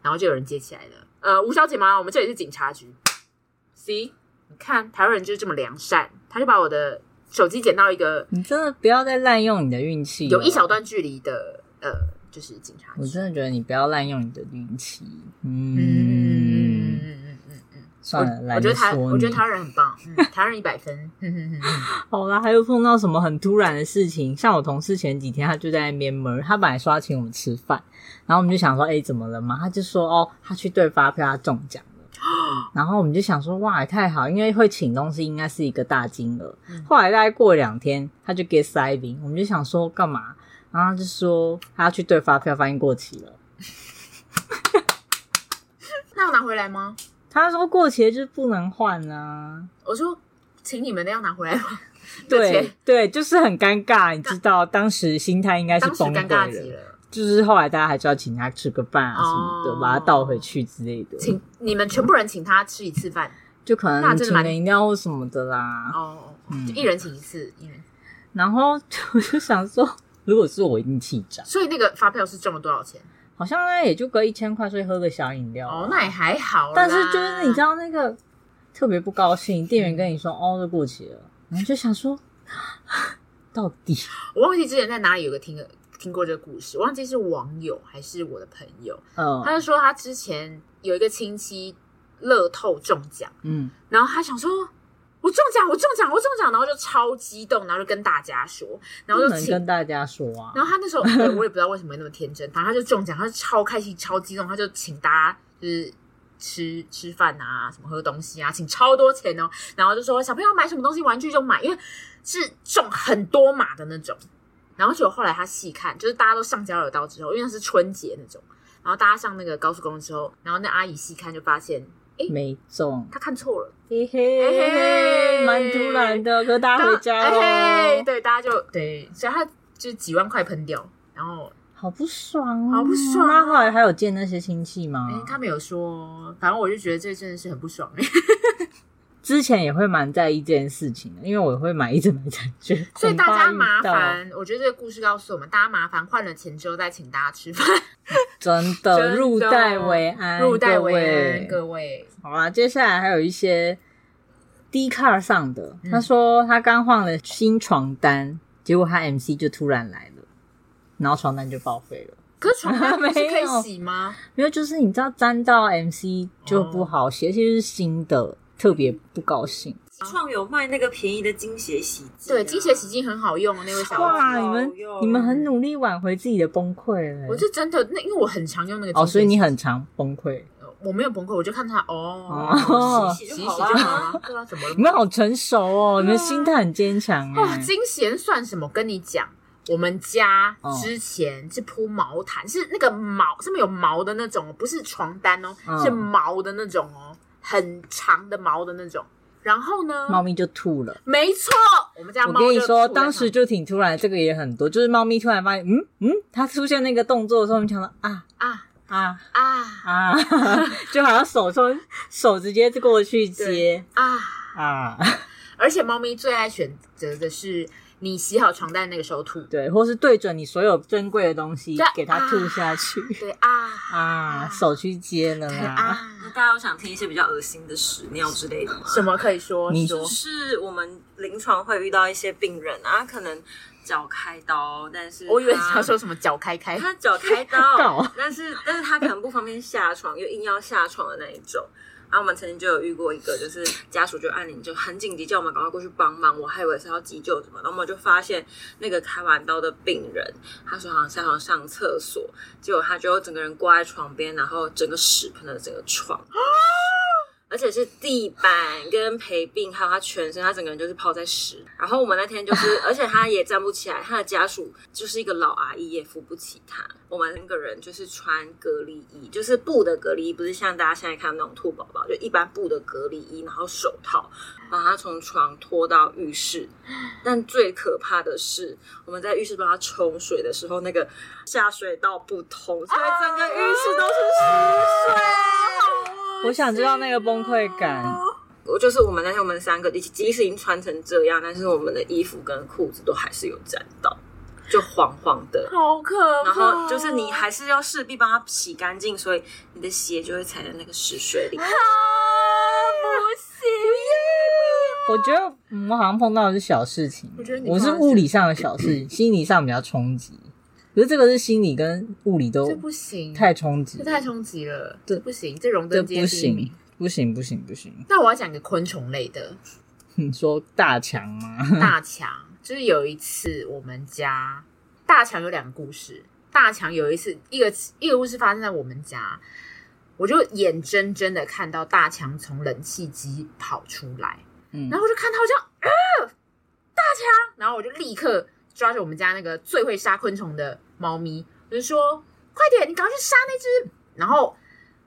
Speaker 2: 然后就有人接起来了。呃，吴小姐吗？我们这里是警察局。C，你看台湾人就是这么良善，他就把我的手机捡到一个
Speaker 1: 你真的不要再滥用你的运气，
Speaker 2: 有一小。段距离的呃，就是警察
Speaker 1: 我
Speaker 2: 局。
Speaker 1: 真的觉得你不要滥用你的运气。
Speaker 2: 嗯嗯
Speaker 1: 嗯，
Speaker 2: 嗯嗯嗯
Speaker 1: 算了，
Speaker 2: 我
Speaker 1: 懒
Speaker 2: 觉
Speaker 1: 得
Speaker 2: 得台，
Speaker 1: 说你。
Speaker 2: 我觉得台湾人很棒，嗯，台湾人一百分。嗯嗯嗯嗯
Speaker 1: 好啦，还有碰到什么很突然的事情？像我同事前几天他就在那边闷，他本来说要请我们吃饭，然后我们就想说，哎、怎么了嘛？他就说，哦，他去对发票，他中奖 了。然后我们就想说，哇，太好，因为会请东西应该是一个大金额。
Speaker 2: 嗯
Speaker 1: 后来大概过两天，他就 get saving，我们就想说干嘛？然后他就说他要去对发票，发现过期了。
Speaker 2: 那我拿回来吗？
Speaker 1: 他说过期了就是不能换啊。
Speaker 2: 我说，请你们的要拿回来 吗？这
Speaker 1: 对
Speaker 2: 钱
Speaker 1: 对，就是很尴尬，你知道，当时心态应该是
Speaker 2: 当时
Speaker 1: 崩
Speaker 2: 尴
Speaker 1: 溃
Speaker 2: 尬
Speaker 1: 的
Speaker 2: 极。了。就是
Speaker 1: 就是后来大家还是要请他吃个饭啊什么的，
Speaker 2: 哦
Speaker 1: 把他倒回去之类的。
Speaker 2: 请你们全部人请他吃一次饭，
Speaker 1: 就可
Speaker 2: 那
Speaker 1: 能
Speaker 2: 真的
Speaker 1: 请
Speaker 2: 蛮
Speaker 1: 个饮料或什么的啦。
Speaker 2: 哦，
Speaker 1: 嗯
Speaker 2: 就一人请一次，一人。
Speaker 1: 然后我就想说，如果是我一定气炸，
Speaker 2: 所以那个发票是中了多少钱？
Speaker 1: 好像呢也就隔一千块，所以喝个小饮料啊。
Speaker 2: 哦，那也还好啦。
Speaker 1: 但是就是你知道那个特别不高兴，店员跟你说哦，这过期了，然后就想说啊到 底
Speaker 2: 我忘记之前在哪里有个听听过这个故事，我忘记是网友还是我的朋友，
Speaker 1: 嗯
Speaker 2: 他就说他之前有一个亲戚乐透中奖，
Speaker 1: 嗯
Speaker 2: 然后他想说。我中奖！我中奖！我中奖！然后就超激动，然后就跟大家说，然
Speaker 1: 不
Speaker 2: 后就
Speaker 1: 能
Speaker 2: 请
Speaker 1: 跟大家说啊，
Speaker 2: 然后他那时候，对我也不知道为什么会那么天真，反正他就中奖，他就超开心、超激动，他就请大家就是吃吃饭啊，什么喝东西啊，请超多钱哦。然后就说小朋友买什么东西玩具就买，因为是中很多码的那种。然后结果后来他细看，就是大家都上交流道之后，因为那是春节那种，然后大家上那个高速公路之后，然后那阿姨细看就发现
Speaker 1: 没中，
Speaker 2: 她看错了，
Speaker 1: 嘿
Speaker 2: 嘿
Speaker 1: 嘿，
Speaker 2: 嘿
Speaker 1: 蛮突然的，可是大家回家
Speaker 2: 大哎嘿
Speaker 1: 了，
Speaker 2: 对，大家就对，所以他就几万块喷掉，然后
Speaker 1: 好不爽哦，
Speaker 2: 好不爽哦
Speaker 1: 那后来还有见那些亲戚吗
Speaker 2: 哎、？他们有说，反正我就觉得这真的是很不爽、欸。
Speaker 1: 之前也会蛮在意这件事情的，因为我也会买一直买彩券，
Speaker 2: 所以大家麻
Speaker 1: 很怕遇到
Speaker 2: 烦，我觉得这个故事告诉我们，大家麻烦换了钱之后再请大家吃饭，
Speaker 1: 真
Speaker 2: 真
Speaker 1: 的
Speaker 2: 的
Speaker 1: 入袋为安，
Speaker 2: 入袋
Speaker 1: 哎各
Speaker 2: 为
Speaker 1: 位
Speaker 2: 安，各位。
Speaker 1: 好啦，接下来还有一些 D car 上的，
Speaker 2: 嗯
Speaker 1: 他说他刚换了新床单，结果他 MC 就突然来了，然后床单就报废了。
Speaker 2: 可是床单不是
Speaker 1: 没有
Speaker 2: 可以洗吗？
Speaker 1: 没有，就是你知道沾到 MC 就不
Speaker 2: 哦
Speaker 1: 好洗，而且是新的，特别不高兴。
Speaker 4: 创有卖那个便宜的金鞋洗剂、啊
Speaker 2: 对，金鞋洗，剂很好用，那位小姐。
Speaker 1: 哇，
Speaker 4: 好
Speaker 1: 你们
Speaker 4: 哟
Speaker 1: 你们很努力挽回自己的崩溃了。
Speaker 2: 我是真的，那因为我很常用那个金鞋
Speaker 1: 哦，
Speaker 2: 洗
Speaker 1: 所以你很常崩溃，
Speaker 2: 呃我没有崩溃，我就看他哦，
Speaker 1: 哦
Speaker 4: 洗
Speaker 2: 洗
Speaker 4: 洗
Speaker 2: 洗洗
Speaker 4: 就好
Speaker 2: 就
Speaker 4: 啦。
Speaker 2: 好了，对啊，怎么了
Speaker 1: 你？们好成熟哦，你们
Speaker 4: 对啊
Speaker 1: 心态很坚强
Speaker 2: 哦，
Speaker 1: 哎。
Speaker 2: 金贤算什么？跟你讲，我们家
Speaker 1: 哦
Speaker 2: 之前是铺毛毯，是那个毛上面有毛的那种哦，不是床单哦，
Speaker 1: 嗯
Speaker 2: 是毛的那种哦，很长的毛的那种。然后呢？
Speaker 1: 猫咪就吐了。
Speaker 2: 没错，我们家
Speaker 1: 我
Speaker 2: 猫
Speaker 1: 跟你
Speaker 2: 就
Speaker 1: 说，
Speaker 2: 吐在
Speaker 1: 当时
Speaker 2: 上
Speaker 1: 就挺突然，这个也很多，就是猫咪突然发现，嗯嗯，它出现那个动作的时候，我们想到啊
Speaker 2: 啊
Speaker 1: 啊
Speaker 2: 啊
Speaker 1: 啊， 就好像手从手直接过去接
Speaker 2: 啊！
Speaker 1: 啊，
Speaker 2: 而且猫咪最爱选择的是你洗好床单那个时候吐。
Speaker 1: 对，或是对准你所有珍贵的东西
Speaker 2: 对
Speaker 1: 给它吐下去
Speaker 2: 对啊
Speaker 1: 啊，手去接了啦。
Speaker 2: 啊，
Speaker 4: 那大家有想听一些比较恶心的屎尿之类的吗？
Speaker 2: 什么可以说
Speaker 1: 你
Speaker 2: 说
Speaker 4: 就？是我们临床会遇到一些病人啊，可能脚开刀，但是
Speaker 2: 我以为你
Speaker 4: 他
Speaker 2: 要说什么脚开开，
Speaker 4: 他脚开
Speaker 1: 告
Speaker 4: 刀，但是但是他可能不方便下床，又硬要下床的那一种。然后我们曾经就有遇过一个，就是家属就按铃，就很紧急叫我们赶快过去帮忙。我还以为是要急救什么，然后我们就发现那个开完刀的病人，他说好像下床上厕所，结果他就整个人挂在床边，然后整个屎喷了整个床。而且是地板跟陪病，还有他全身，他整个人就是泡在屎。然后我们那天就是，而且他也站不起来，他的家属就是一个老阿姨，也扶不起他。我们三个人就是穿隔离衣，就是布的隔离衣，不是像大家现在看的那种兔宝宝，就一般布的隔离衣，然后手套，把他从床拖到浴室。但最可怕的是，我们在浴室帮他冲水的时候，那个下水道不通，所以整个浴室都是
Speaker 2: 啊
Speaker 4: 屎水。
Speaker 1: 我想知道那个崩溃感，
Speaker 4: 我就是我们那天我们三个，即使已经穿成这样，但是我们的衣服跟裤子都还是有沾到，就黄黄的。
Speaker 2: 好可怕
Speaker 4: 然
Speaker 2: 哦。
Speaker 4: 后就是你还是要势必帮它洗干净，所以你的鞋就会踩在那个屎水里。
Speaker 2: 啊
Speaker 1: 我觉得嗯我好像碰到的是小事情，
Speaker 2: 我觉得你
Speaker 1: 我是
Speaker 2: 碰到的是
Speaker 1: 物理上的小 事，心理上比较冲击。可是这个是心理跟物理都
Speaker 2: 这不行，
Speaker 1: 太冲击
Speaker 2: 这
Speaker 1: 了，
Speaker 2: 太冲击了，
Speaker 1: 对
Speaker 2: 这不行，这荣
Speaker 1: 这
Speaker 2: 登街
Speaker 1: 不
Speaker 2: 第一名
Speaker 1: 行。，不行，不行，不行！
Speaker 2: 那我要讲一个昆虫类 的
Speaker 1: 你说大强吗？
Speaker 2: 大强，就是有一次我们家大强有两个故事，大强有一次一个一个故事发生在我们家，我就眼睁睁的看到大强从冷气机跑出来，
Speaker 1: 嗯
Speaker 2: 然后我就看到这样，呃，大强，然后我就立刻抓着我们家那个最会杀昆虫的猫咪，我就说：“快点，你赶快去杀那只。”然后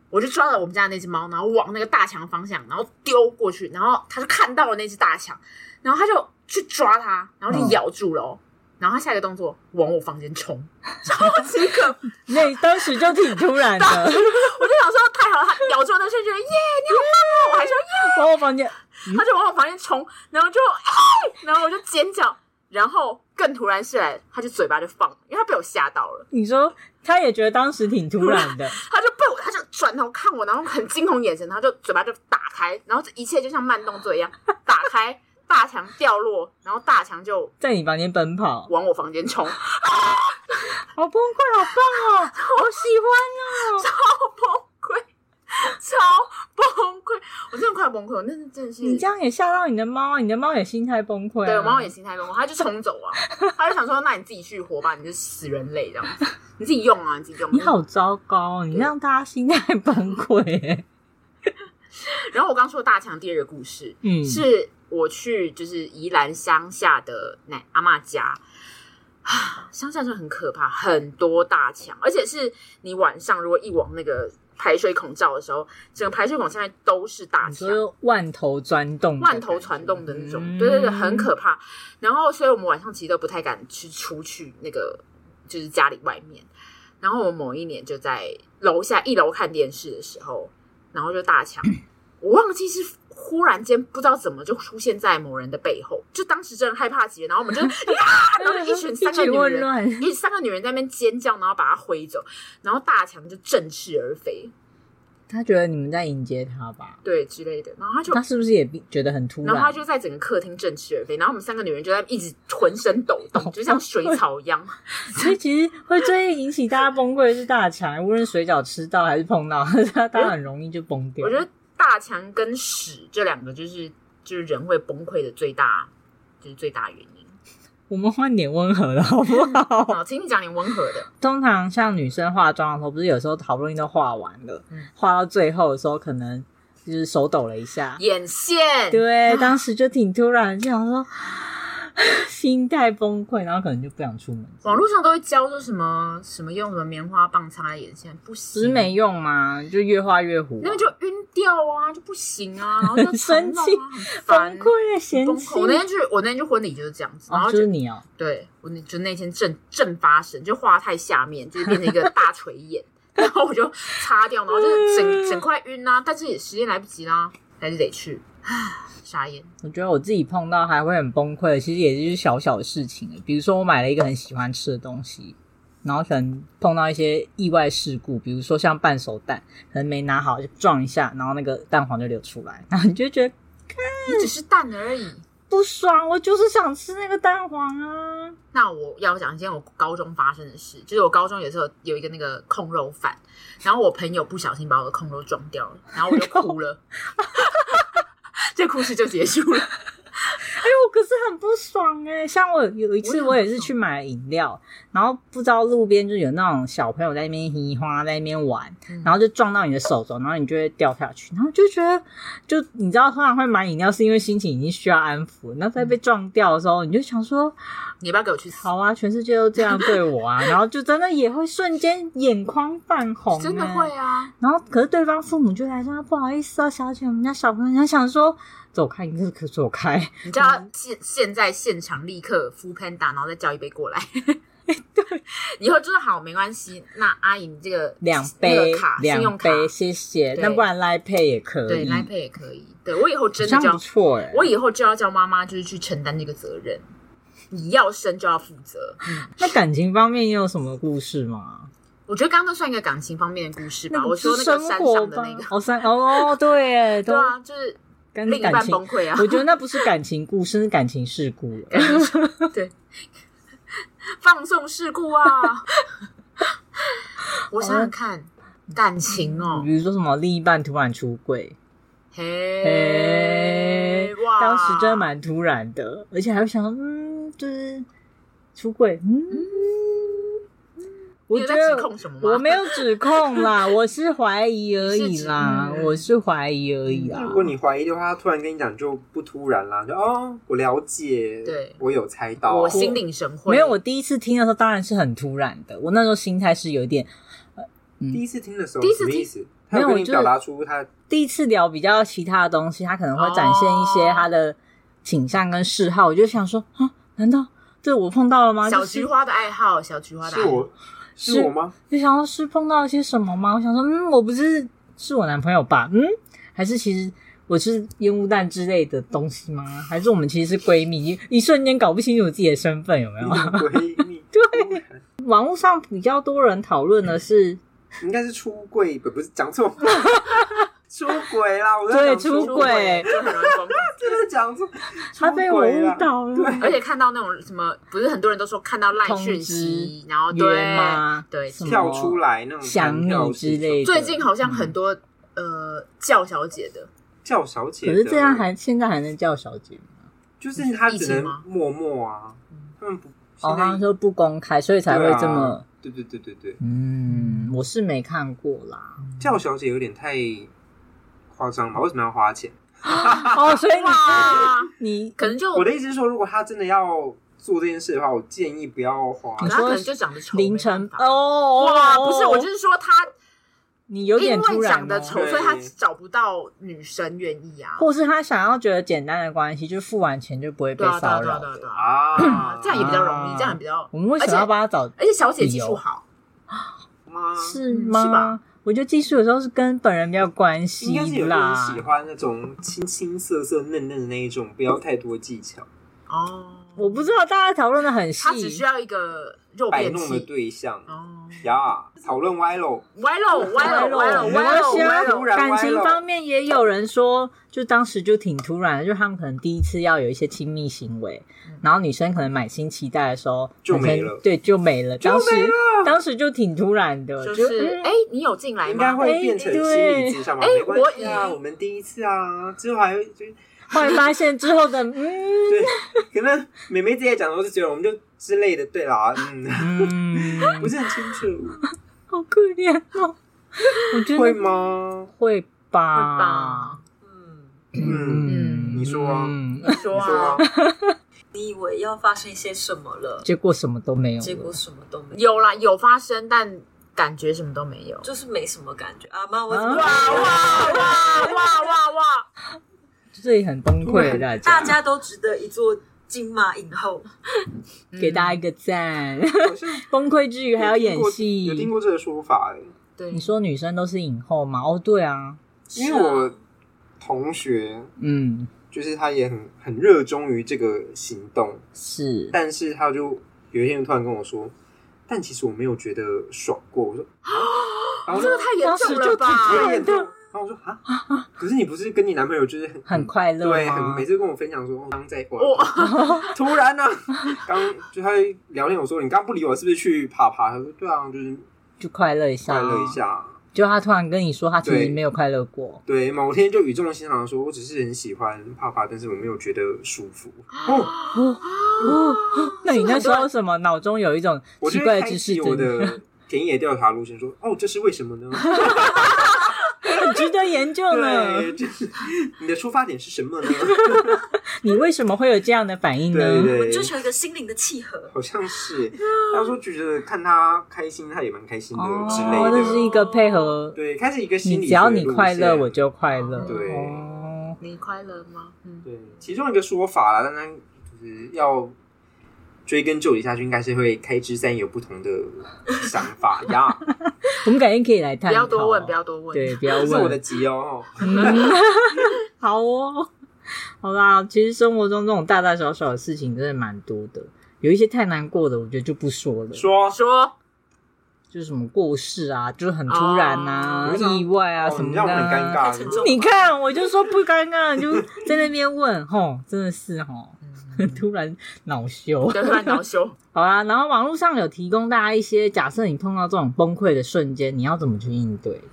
Speaker 2: 我就抓了我们家那只猫，然后往那个大强方向，然后丢过去，然后它就看到了那只大强，然后它就去抓它，然后就咬住了、哦。然后他下一个动作往我房间冲，超级可怕！
Speaker 1: 那当时就挺突 然的，
Speaker 2: 我就想说太好了，他咬住我那瞬间觉得耶，你好棒哦！我还说耶，
Speaker 1: 往我房间，
Speaker 2: 他就往我房间冲，然后就 哎、然后我就尖叫，然后更突然是来，他就嘴巴就放了，因为他被我吓到了，
Speaker 1: 你说他也觉得当时挺突然 的，
Speaker 2: 他就被我，他就转头看我，然后很惊恐眼神，他就嘴巴就打开，然后这一切就像慢动作一样打开。大强掉落，然后大强就
Speaker 1: 在你房间奔跑，
Speaker 2: 往我房间冲，超
Speaker 1: 好崩溃， 好棒哦，好喜欢哦！
Speaker 2: 崩溃，超崩溃，我真的快崩溃，我那是真的是
Speaker 1: 你这样也吓到你的猫，你的猫也心态崩溃、啊。
Speaker 2: 对，我猫也心态崩溃，它就冲走啊，它就想说，那你自己去活吧，你就死人类这样子，你自己用啊，你自己用。
Speaker 1: 你好糟糕，你让大家心态崩溃耶。
Speaker 2: 然后我刚说大强第二个故事，
Speaker 1: 嗯，
Speaker 2: 是我去就是宜兰乡下的奶阿嬷家。啊，乡下真的很可怕，很多大强，而且是你晚上如果一往那个排水孔照的时候，整个排水孔现在都是大
Speaker 1: 你
Speaker 2: 强，
Speaker 1: 说万头钻洞的感觉，
Speaker 2: 万头攒动的那种，
Speaker 1: 嗯
Speaker 2: 对对对，很可怕。然后，所以我们晚上其实都不太敢去出去那个，就是家里外面。然后我某一年就在楼下一楼看电视的时候，然后就大 强，我忘记是忽然间不知道怎么就出现在某人的背后，就当时真的害怕极了。然后我 们就呀，然后就一群三个
Speaker 1: 一
Speaker 2: 女
Speaker 1: 群混
Speaker 2: 人，
Speaker 1: 乱，
Speaker 2: 一三个女人在那边尖叫，然后把他挥走，然后大强就振翅而飞，
Speaker 1: 他觉得你们在迎接他吧？
Speaker 2: 对之类的。然后他就
Speaker 1: 他是不是也觉得很突
Speaker 2: 然后他
Speaker 1: 然？
Speaker 2: 就在整个客厅振翅而飞，然后我们三个女人就在一直浑身抖动，就像 水草一样。
Speaker 1: 所以其实会最引起大家崩溃的是大强， 无论水饺吃到还是碰到， 他他很容易就崩掉。
Speaker 2: 我觉得大强跟屎这两个就是就是人会崩溃的最大就是最大原 因。
Speaker 1: 我们换点温和的好不好？
Speaker 2: 好，请你讲点温和的。
Speaker 1: 通常像女生化妆的时候，不是有时候好不容易都化完了，
Speaker 2: 嗯
Speaker 1: 化到最后的时候，可能就是手抖了一下。
Speaker 2: 眼啊线，
Speaker 1: 对，当时就挺突然，就想说 心态崩溃，然后可能就不想出门。
Speaker 2: 网络上都会教说什么什么用什么棉花棒擦眼线，不
Speaker 1: 只是
Speaker 2: 行，
Speaker 1: 没用嘛，就越画越糊、
Speaker 2: 嗯
Speaker 1: 啊
Speaker 2: 那个就晕掉啊，就不行啊，然 后就
Speaker 1: 生
Speaker 2: 疼
Speaker 1: 气
Speaker 2: 痛啊很
Speaker 1: 崩
Speaker 2: 烦。
Speaker 1: 溃啊嫌
Speaker 2: 崩
Speaker 1: 弃
Speaker 2: 溃！。我那天去，我那天去婚礼就是这样子，然后
Speaker 1: 哦，
Speaker 2: 就
Speaker 1: 就是你哦，
Speaker 2: 对我那就那天正正发神，就画太下面，就是变成一个大垂眼，然后我就擦掉，然后就是整整块晕啊，但是也时间来不及啦，还是得去，唉傻眼。
Speaker 1: 我觉得我自己碰到还会很崩溃，其实也就是小小的事情，比如说我买了一个很喜欢吃的东西，然后可能碰到一些意外事故，比如说像半熟蛋，可能没拿好就撞一下，然后那个蛋黄就流出来，然后你就觉得
Speaker 2: 你只是蛋而已。
Speaker 1: 不爽，我就是想吃那个蛋黄啊。
Speaker 2: 那我要讲一件我高中发生的事，就是我高中有时候有一个那个控肉饭，然后我朋友不小心把我的控肉撞掉了，然后我就哭了， 这故事就结束了。
Speaker 1: 哎呦，我可是很不爽哎、像我有一次，我也是去买饮料，然后不知道路边就有那种小朋友在那边嘻哈，在那边玩，
Speaker 2: 嗯
Speaker 1: 然后就撞到你的手肘，然后你就会掉下去，然后就觉得，就你知道，通常会买饮料是因为心情已经需要安抚，那在被撞掉的时候，你就想说，
Speaker 2: 你要不要给我去死？
Speaker 1: 好啊，全世界都这样对 我啊，然后就真的也会瞬间眼眶泛红、
Speaker 2: 真的会
Speaker 1: 欸
Speaker 2: 啊，
Speaker 1: 然后，可是对方父母就来说不好意思啊，小姐，我们家小朋友，人家想说走开，你这个走开，
Speaker 2: 你知道现现在现场立刻 f Panda，然后再叫一杯过 来。对， 以后就是好没关系。那阿姨，你这个
Speaker 1: 两
Speaker 2: 那
Speaker 1: 杯
Speaker 2: 个卡，信用
Speaker 1: 两
Speaker 2: 卡，
Speaker 1: 杯，谢谢。
Speaker 2: 对
Speaker 1: 那不然 Line Pay 也可以，
Speaker 2: 对，来配也可以。对我以后真
Speaker 1: 这
Speaker 2: 的叫
Speaker 1: 样不，错哎。
Speaker 2: 我以后就要叫妈妈，就是去承担这个责任。你要生就要负责。
Speaker 1: 那感情方面你有什么故事吗？
Speaker 2: 我觉得刚刚那算一个感情方面的故事吧。
Speaker 1: 个
Speaker 2: 我说
Speaker 1: 是
Speaker 2: 那个
Speaker 1: 生
Speaker 2: 山
Speaker 1: 活
Speaker 2: 上的
Speaker 1: 吧
Speaker 2: 那个，，
Speaker 1: 哦山哦对耶，
Speaker 2: 对
Speaker 1: 都
Speaker 2: 啊，就是
Speaker 1: 跟
Speaker 2: 另一
Speaker 1: 感
Speaker 2: 半
Speaker 1: 情
Speaker 2: 崩，溃啊。
Speaker 1: 我觉得那不是感情故事，是感情事故了。
Speaker 2: 放送事故啊！ 我想想看，感情哦，
Speaker 1: 比如说什么另一半突然出柜，
Speaker 2: 嘿
Speaker 1: 嘿，
Speaker 2: 哎哇！
Speaker 1: 当时真的蛮突然的，而且还会想说，嗯，就是出柜，嗯，我
Speaker 2: 你有
Speaker 1: 觉
Speaker 2: 在
Speaker 1: 得
Speaker 2: 指控什么吗？
Speaker 1: 我没有指控 啦，我是怀疑而已啦
Speaker 2: 你是，指嗯嗯
Speaker 1: 我是怀疑而已啦
Speaker 3: 如。果你怀疑的话，他突然跟你讲就不突然啦，就哦，我了解，
Speaker 2: 对
Speaker 3: 我有猜到，
Speaker 2: 我心领神会。
Speaker 1: 没有，我第一次听的时候当然是很突然的，我那时候心态是有一点，
Speaker 3: 第一次听的时候，
Speaker 2: 第一次
Speaker 3: 什么
Speaker 2: 听
Speaker 3: 意思？他
Speaker 1: 没有
Speaker 3: 有
Speaker 1: 我
Speaker 3: 跟你
Speaker 1: 就
Speaker 3: 表达出他
Speaker 1: 第一次聊比较其他的东西，他可能会展现一些
Speaker 2: 哦
Speaker 1: 他的倾向跟嗜好，我就想说啊，难道这我碰到了吗？
Speaker 2: 小
Speaker 1: 就
Speaker 2: 菊
Speaker 1: 是
Speaker 2: 花的爱好，小菊花的爱
Speaker 3: 是
Speaker 2: 好。
Speaker 3: 我是我吗？
Speaker 1: 就想要是碰到一些什么吗？我想说，嗯，我不是是我男朋友吧？嗯，还是其实我是烟雾弹之类的东西吗？还是我们其实是闺蜜？一一瞬间搞不清楚自己的身份，有没有？
Speaker 3: 闺 蜜对，
Speaker 1: 网络上比较多人讨论的是，
Speaker 3: 应该是出柜，不不是讲错， 出轨啦！我在
Speaker 1: 对
Speaker 3: 讲
Speaker 1: 出轨，
Speaker 2: 就很容易疯狂。
Speaker 3: 真的 讲错，
Speaker 1: 他
Speaker 3: 出
Speaker 1: 被我
Speaker 3: 轨啦
Speaker 1: 误导了，
Speaker 2: 而且看到那种什么，不是很多人都说看到烂
Speaker 1: 通
Speaker 2: 讯息，然后
Speaker 1: 约
Speaker 2: 对
Speaker 1: 吗？
Speaker 2: 对，
Speaker 1: 什么
Speaker 3: 跳出来那种弹
Speaker 1: 想
Speaker 3: 跳
Speaker 1: 你之
Speaker 3: 式
Speaker 1: 类的。
Speaker 2: 最近好像很多
Speaker 1: 嗯
Speaker 2: 呃叫小姐的，
Speaker 3: 叫小姐
Speaker 1: 可
Speaker 3: 的，
Speaker 1: 是这样还现在还能叫小姐吗？
Speaker 3: 就是她只
Speaker 2: 疫情
Speaker 3: 能
Speaker 2: 吗
Speaker 3: 默默啊，他们不
Speaker 1: 哦，他们
Speaker 3: 现在
Speaker 1: 说不公开，所以才会这么。
Speaker 3: 对对对对对，
Speaker 1: 嗯，我是没看过啦。
Speaker 3: 叫小姐有点太夸张吧？为什么要花钱？
Speaker 1: 哦，所以你是
Speaker 2: 哇，
Speaker 1: 你
Speaker 2: 可能就
Speaker 3: 我的意思是说，如果她真的要做这件事的话，我建议不要花
Speaker 2: 可能
Speaker 1: 你说
Speaker 2: 她可能就长得丑，
Speaker 1: 凌晨
Speaker 2: 没办法
Speaker 1: 哦，
Speaker 2: 哇，
Speaker 1: 哦
Speaker 2: 不是，我就是说她
Speaker 1: 你有
Speaker 2: 因
Speaker 1: 点突
Speaker 2: 为
Speaker 1: 然
Speaker 2: 长
Speaker 1: 哦
Speaker 2: 得丑，
Speaker 3: 对
Speaker 2: 所以她找不到女生愿意啊。
Speaker 1: 或是他想要觉得简单的关系，就是付完钱就不会被
Speaker 2: 对啊，对啊，
Speaker 1: 骚
Speaker 2: 对啊，
Speaker 1: 扰
Speaker 2: 对。啊，对啊，
Speaker 3: 啊
Speaker 2: 这样也比较容易，
Speaker 1: 啊
Speaker 2: 这样也比较。
Speaker 1: 我们为什么要帮他找？
Speaker 2: 而且小姐技术好，
Speaker 3: 吗？
Speaker 1: 是
Speaker 2: 嗯是
Speaker 1: 吗
Speaker 2: 吧？
Speaker 1: 我觉得技术有时候是跟本人没有关系
Speaker 3: 应该是有些人
Speaker 1: 啦
Speaker 3: 喜。欢那种青青涩涩嫩嫩的那一种，不要太多技巧，
Speaker 2: 哦，
Speaker 1: 我不知道大家讨论的很细
Speaker 2: 她，只需要一个肉
Speaker 3: 摆
Speaker 2: 便
Speaker 3: 弄
Speaker 2: 器。
Speaker 3: 的对象
Speaker 2: 哦，
Speaker 3: 呀。讨论歪喽，
Speaker 2: 歪 喽，歪
Speaker 1: 歪
Speaker 2: 喽，
Speaker 1: 了
Speaker 2: 歪喽，
Speaker 1: 没
Speaker 2: 歪
Speaker 1: 关
Speaker 2: 喽，
Speaker 1: 系啊
Speaker 2: 歪喽
Speaker 3: 突。然
Speaker 1: 感
Speaker 3: 歪
Speaker 1: 情
Speaker 3: 了
Speaker 1: 方面也有人说，就当时就挺突然的，就他们可能第一次要有一些亲密行为，然后女生可能满心期待的时候，
Speaker 3: 就
Speaker 1: 男生
Speaker 3: 没了
Speaker 1: 对，就没了。
Speaker 3: 就
Speaker 1: 当时
Speaker 3: 没了
Speaker 1: 当时就挺突然的，
Speaker 2: 就是，
Speaker 1: 嗯
Speaker 2: 哎，你有进来
Speaker 3: 应该
Speaker 2: 吗？
Speaker 3: 会变成心理智商吧？
Speaker 2: 哎
Speaker 3: 没关系啊，
Speaker 2: 我以
Speaker 3: 我们第一次啊，之后还会就
Speaker 1: 后来发现之后的，嗯
Speaker 3: 对，可能妹妹姐姐讲的，我就觉得我们就之类的，对啦，嗯，
Speaker 1: 嗯，
Speaker 3: 不是很清楚，
Speaker 1: 好可怜哦。我觉
Speaker 3: 会
Speaker 1: 得
Speaker 3: 吗？
Speaker 1: 会吧，
Speaker 2: 会
Speaker 1: 啊
Speaker 2: 吧？
Speaker 4: 嗯，
Speaker 3: 嗯，
Speaker 2: 嗯
Speaker 3: 你说啊
Speaker 1: 嗯
Speaker 2: 说
Speaker 3: 你说
Speaker 2: 啊
Speaker 3: 啊，
Speaker 4: 你以为要发生一些什么了，
Speaker 1: 结果什么都没有了，
Speaker 4: 结果什么都没有，
Speaker 2: 有啦，有发生，但感觉什么都没有。
Speaker 4: 就是没什么感觉啊妈，我怎
Speaker 1: 啊
Speaker 4: 么
Speaker 2: 哇哇哇哇哇哇！
Speaker 1: 这里很崩溃，啊大
Speaker 4: 大
Speaker 1: 家
Speaker 4: 家都值得一座金马影后，
Speaker 2: 嗯
Speaker 1: 给大家一个赞。
Speaker 3: 好像
Speaker 1: 崩溃之余还要演
Speaker 3: 嗯有听
Speaker 1: 戏。
Speaker 3: 过这个说法哎，
Speaker 2: 对
Speaker 1: 你，说女生都是影后吗？哦，对啊，
Speaker 3: 因为
Speaker 4: 是啊
Speaker 3: 我同学
Speaker 1: 嗯，
Speaker 3: 就是他也很很热衷于这个行动，
Speaker 1: 是
Speaker 3: 但是他就有一天突然跟我说，但其实我没有觉得爽过。我说，啊 然后
Speaker 2: 这个太严重了
Speaker 1: 当时就
Speaker 3: 我
Speaker 1: 挺
Speaker 2: 吧？
Speaker 3: 有点痛，然后我说啊，可是你不是跟你男朋友就是很
Speaker 1: 很快乐
Speaker 3: 对，很
Speaker 1: 吗
Speaker 3: 每？次跟我分享说，哦刚在我
Speaker 2: 我
Speaker 3: 突然呢、刚就他聊天，我说你刚不理我，是不是去爬爬？他说对啊，就是
Speaker 1: 就快乐一下，
Speaker 3: 快乐一。下。
Speaker 1: 就他突然跟你说，他其实
Speaker 3: 对
Speaker 1: 没有快乐过。
Speaker 3: 对，某天就语重心长地说，我只是很喜欢爬爬，但是我没有觉得舒服。
Speaker 2: 啊
Speaker 3: 哦，
Speaker 1: 哦，那你那时候什么脑中有一种
Speaker 3: 啊我
Speaker 1: 奇
Speaker 3: 就
Speaker 1: 怪
Speaker 3: 会
Speaker 1: 的
Speaker 3: 开
Speaker 1: 知识
Speaker 3: 启我
Speaker 1: 点，
Speaker 3: 的田野调查路线，说哦，这是为什么 呢？
Speaker 1: 很值得研究
Speaker 3: 对，
Speaker 1: 呢。
Speaker 3: 就是你的出发点是 什么呢？
Speaker 1: 你为什么会有这样的反应
Speaker 3: 对
Speaker 1: 呢？
Speaker 3: 对
Speaker 4: 追，求一个心灵的契合。
Speaker 3: 好像是。他说就觉得看他开心，他也蛮开心的之
Speaker 1: 哦，那是
Speaker 3: 类
Speaker 1: 一
Speaker 3: 的。
Speaker 1: 个配合，
Speaker 3: 对，开始一个心理
Speaker 1: 你
Speaker 3: 学
Speaker 1: 只要你快乐，
Speaker 3: 路线
Speaker 1: 我就快乐。
Speaker 3: 对
Speaker 1: 哦
Speaker 2: 你快乐吗？嗯，
Speaker 3: 对其中一个说法啦，当然就是要追根究底下去，应该是会开枝散有不同的想 法呀。
Speaker 1: 我们改天可以来探
Speaker 2: 不
Speaker 1: 讨。
Speaker 2: 要多问，不要多问。
Speaker 1: 啊对，不要问。
Speaker 3: 这是我的急哦，
Speaker 1: 嗯，好哦， 好啦，其实生活中这种大大小小的事情真的蛮多的，有一些太难过的，我觉得就不说了，
Speaker 3: 说
Speaker 2: 说
Speaker 1: 就是什么过世啊，就是很突然啊、
Speaker 3: 哦
Speaker 1: 意外啊、
Speaker 3: 哦
Speaker 1: 什么
Speaker 3: 你
Speaker 1: 的、
Speaker 3: 让我很尴
Speaker 1: 啊。
Speaker 3: 尬
Speaker 4: 太沉重
Speaker 1: 你看，我就说不尴尬，你就在那边问，吼，真的是吼， 突然恼羞
Speaker 2: 不。要突然恼羞。
Speaker 1: 好啦，然后网络上有提供大家一些，假设你碰到这种崩溃的瞬间，你要怎么去应对？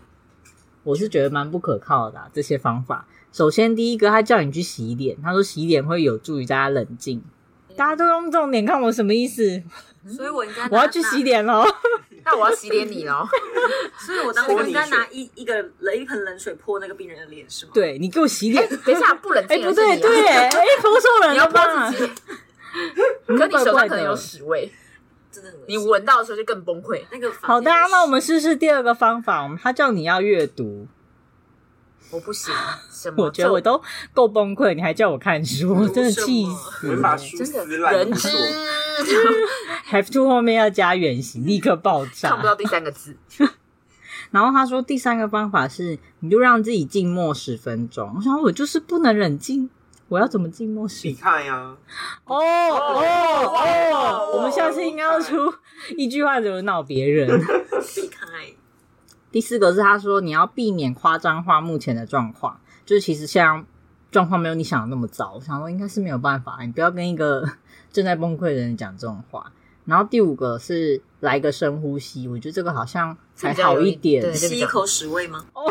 Speaker 1: 我是觉得蛮不可靠的啊、这些方法。首先，第一个，他叫你去洗脸，他说洗脸会有助于大家冷静。大家都用这种脸看我，什么 意思？
Speaker 4: 所以我应该拿
Speaker 1: 我要去洗，脸哦喽！
Speaker 2: 那我要洗脸你 哦。
Speaker 4: 拿所以我当时应该拿一一个冷一盆冷水泼那个病人的脸是吗？，
Speaker 1: 对你给我洗脸，
Speaker 2: 等一下，不冷
Speaker 1: 哎、
Speaker 2: 静的是
Speaker 1: 不对，
Speaker 2: 你
Speaker 1: 对，
Speaker 2: 啊，
Speaker 1: 哎、投错人
Speaker 2: 你
Speaker 1: 了
Speaker 2: 要帮
Speaker 1: 吧
Speaker 2: 自？己。可你手上可能有
Speaker 1: 嗯怪怪的
Speaker 2: 屎味，
Speaker 4: 真的很恶
Speaker 2: 你
Speaker 4: 心
Speaker 2: 闻到的时候就更崩溃。
Speaker 4: 那个
Speaker 1: 好的啊、那我
Speaker 4: 们
Speaker 1: 们试试第二个方法。我们他叫你要阅读，
Speaker 2: 我不行，什么？
Speaker 1: 我觉得我都够崩溃，你还叫我看书，我真的气死
Speaker 3: 我们把书
Speaker 2: 真的
Speaker 3: 撕烂
Speaker 2: 人
Speaker 3: 不是
Speaker 2: 之
Speaker 3: 我
Speaker 1: have to 后面要加原型，立刻爆
Speaker 2: 看
Speaker 1: 炸
Speaker 2: 不。到第三个 字。
Speaker 1: 然后他说第三个方法是，你就让自己静默十分钟。我想我就是不能冷静，我要怎么静默十
Speaker 3: 你看呀，
Speaker 1: 哦哦
Speaker 4: 哦
Speaker 1: 哦！我们下次应该要出一句话怎么闹别人。
Speaker 4: 避开。
Speaker 1: 第四个是他说你要避免夸张化目前的状况，就是其实像状况没有你想的那么糟。我想说应该是没有办法，你不要跟一个正在崩溃的人讲这种话。然后第五个是来个深呼吸，我觉得这个好像才好一点。
Speaker 2: 这比较有
Speaker 4: 吸一口屎味吗？
Speaker 1: 哦，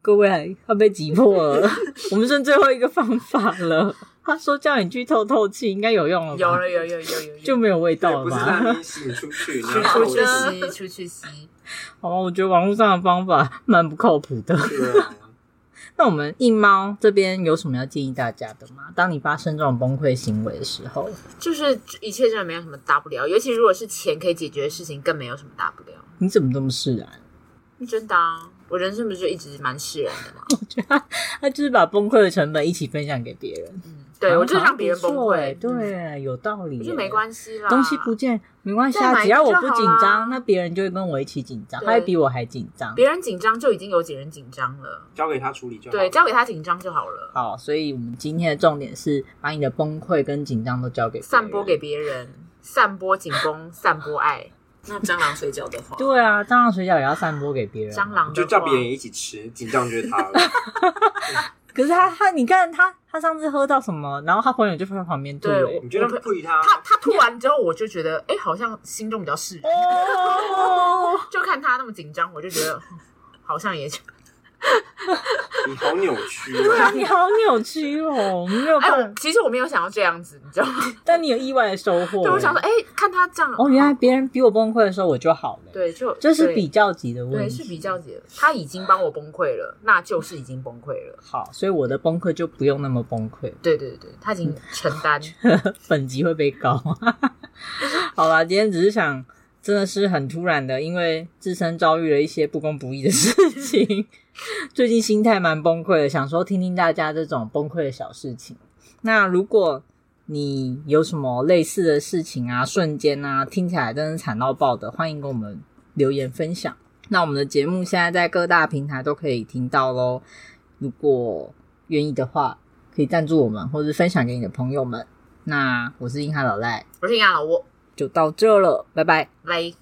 Speaker 1: 各位，他被挤破 了。我们剩最后一个方法了。他说叫你去透透气，应该有用了吧？
Speaker 2: 有了，有有有有有，
Speaker 1: 就没有味
Speaker 3: 对
Speaker 1: 道，了
Speaker 3: 不是啊
Speaker 1: 吧？
Speaker 3: 让你洗 出去，然后
Speaker 2: 出去
Speaker 3: 我就
Speaker 4: 呢
Speaker 2: 吸，出去吸。
Speaker 1: 好吧，我觉得网络上的方法蛮不靠谱的。
Speaker 3: 去了。
Speaker 1: 那我们硬猫这边有什么要建议大家的吗？当你发生这种崩溃行为的时候，
Speaker 2: 就是一切真的没有什么大不了，尤其如果是钱可以解决的事情，更没有什么大不了。
Speaker 1: 你怎么这么释然？
Speaker 2: 真的啊，我人生不是就一直蛮释然的嘛。
Speaker 1: 哦他就是把崩溃的成本一起分享给别人，
Speaker 2: 嗯对，
Speaker 1: 好
Speaker 2: 我就是
Speaker 1: 好像
Speaker 2: 让别人崩
Speaker 1: 不错欸
Speaker 2: 溃。嗯，
Speaker 1: 对，有道理
Speaker 2: 我
Speaker 1: 欸，
Speaker 2: 觉得没关系啊啦，
Speaker 1: 东西不见没关系
Speaker 2: 再
Speaker 1: 啊，
Speaker 2: 买一个
Speaker 1: 只要我不紧
Speaker 2: 就好啦
Speaker 1: 张，那别人就会跟我一起紧张，
Speaker 2: 对
Speaker 1: 他会比我还紧张。
Speaker 2: 别人紧张就已经有几人紧张了，
Speaker 3: 交给他处理就好。
Speaker 2: 对，交给他紧张就好了，
Speaker 1: 好，所以我们今天的重点是把你的崩溃跟紧张都交给别人
Speaker 2: 散播给。别人，散播紧绷，散播爱。
Speaker 4: 那蟑螂睡觉的话，
Speaker 1: 对啊，蟑螂水饺也要散播给别人。
Speaker 2: 蟑，螂
Speaker 3: 你就
Speaker 2: 的
Speaker 3: 叫
Speaker 2: 话
Speaker 3: 别人一起吃，紧张就是他了。
Speaker 1: 可是他他，你看他他上次喝到什么，然后他朋友就放在旁边吐、
Speaker 2: 对
Speaker 1: 欸
Speaker 3: 你就让他配他，
Speaker 2: 他他吐完之后，我就觉得，哎，好像心中比较释然。
Speaker 1: 哦，
Speaker 2: 就看他那么紧张，我就觉 得好像也就
Speaker 3: 你好扭曲
Speaker 1: 对啊，
Speaker 3: 哦。
Speaker 1: 你好扭曲哦，我没有
Speaker 2: 哎，
Speaker 1: 办
Speaker 2: 我
Speaker 1: 法，
Speaker 2: 其实我没有想要这样子，你知道吗？
Speaker 1: 但你有意外的收获。
Speaker 2: 对，我想说，哎，看他这样，
Speaker 1: 哦，原来别人比我崩溃的时候我就好了。，
Speaker 2: 对，就
Speaker 1: 这是
Speaker 2: 对
Speaker 1: 比较级的问
Speaker 2: 对
Speaker 1: 题。
Speaker 2: 是比较级的，他已经帮我崩溃了，那就是已经崩溃了。
Speaker 1: 好，所以我的崩溃就不用那么崩溃。
Speaker 2: 对对对，他已经承 担，
Speaker 1: 本集会被告。 好啦，今天只是想，真的是很突然的，因为自身遭遇了一些不公不义的事情，最近心态蛮崩溃的，想说听听大家这种崩溃的小事情。那如果你有什么类似的事情啊，瞬间啊，听起来真的惨到爆的，欢迎跟我们留言分享。那我们的节目现在在各大平台都可以听到喽。如果愿意的话，可以赞助我们，或是分享给你的朋友们。那我是硬汉老赖，
Speaker 2: 我是杨老我
Speaker 1: 就到这了，拜拜。
Speaker 2: 来。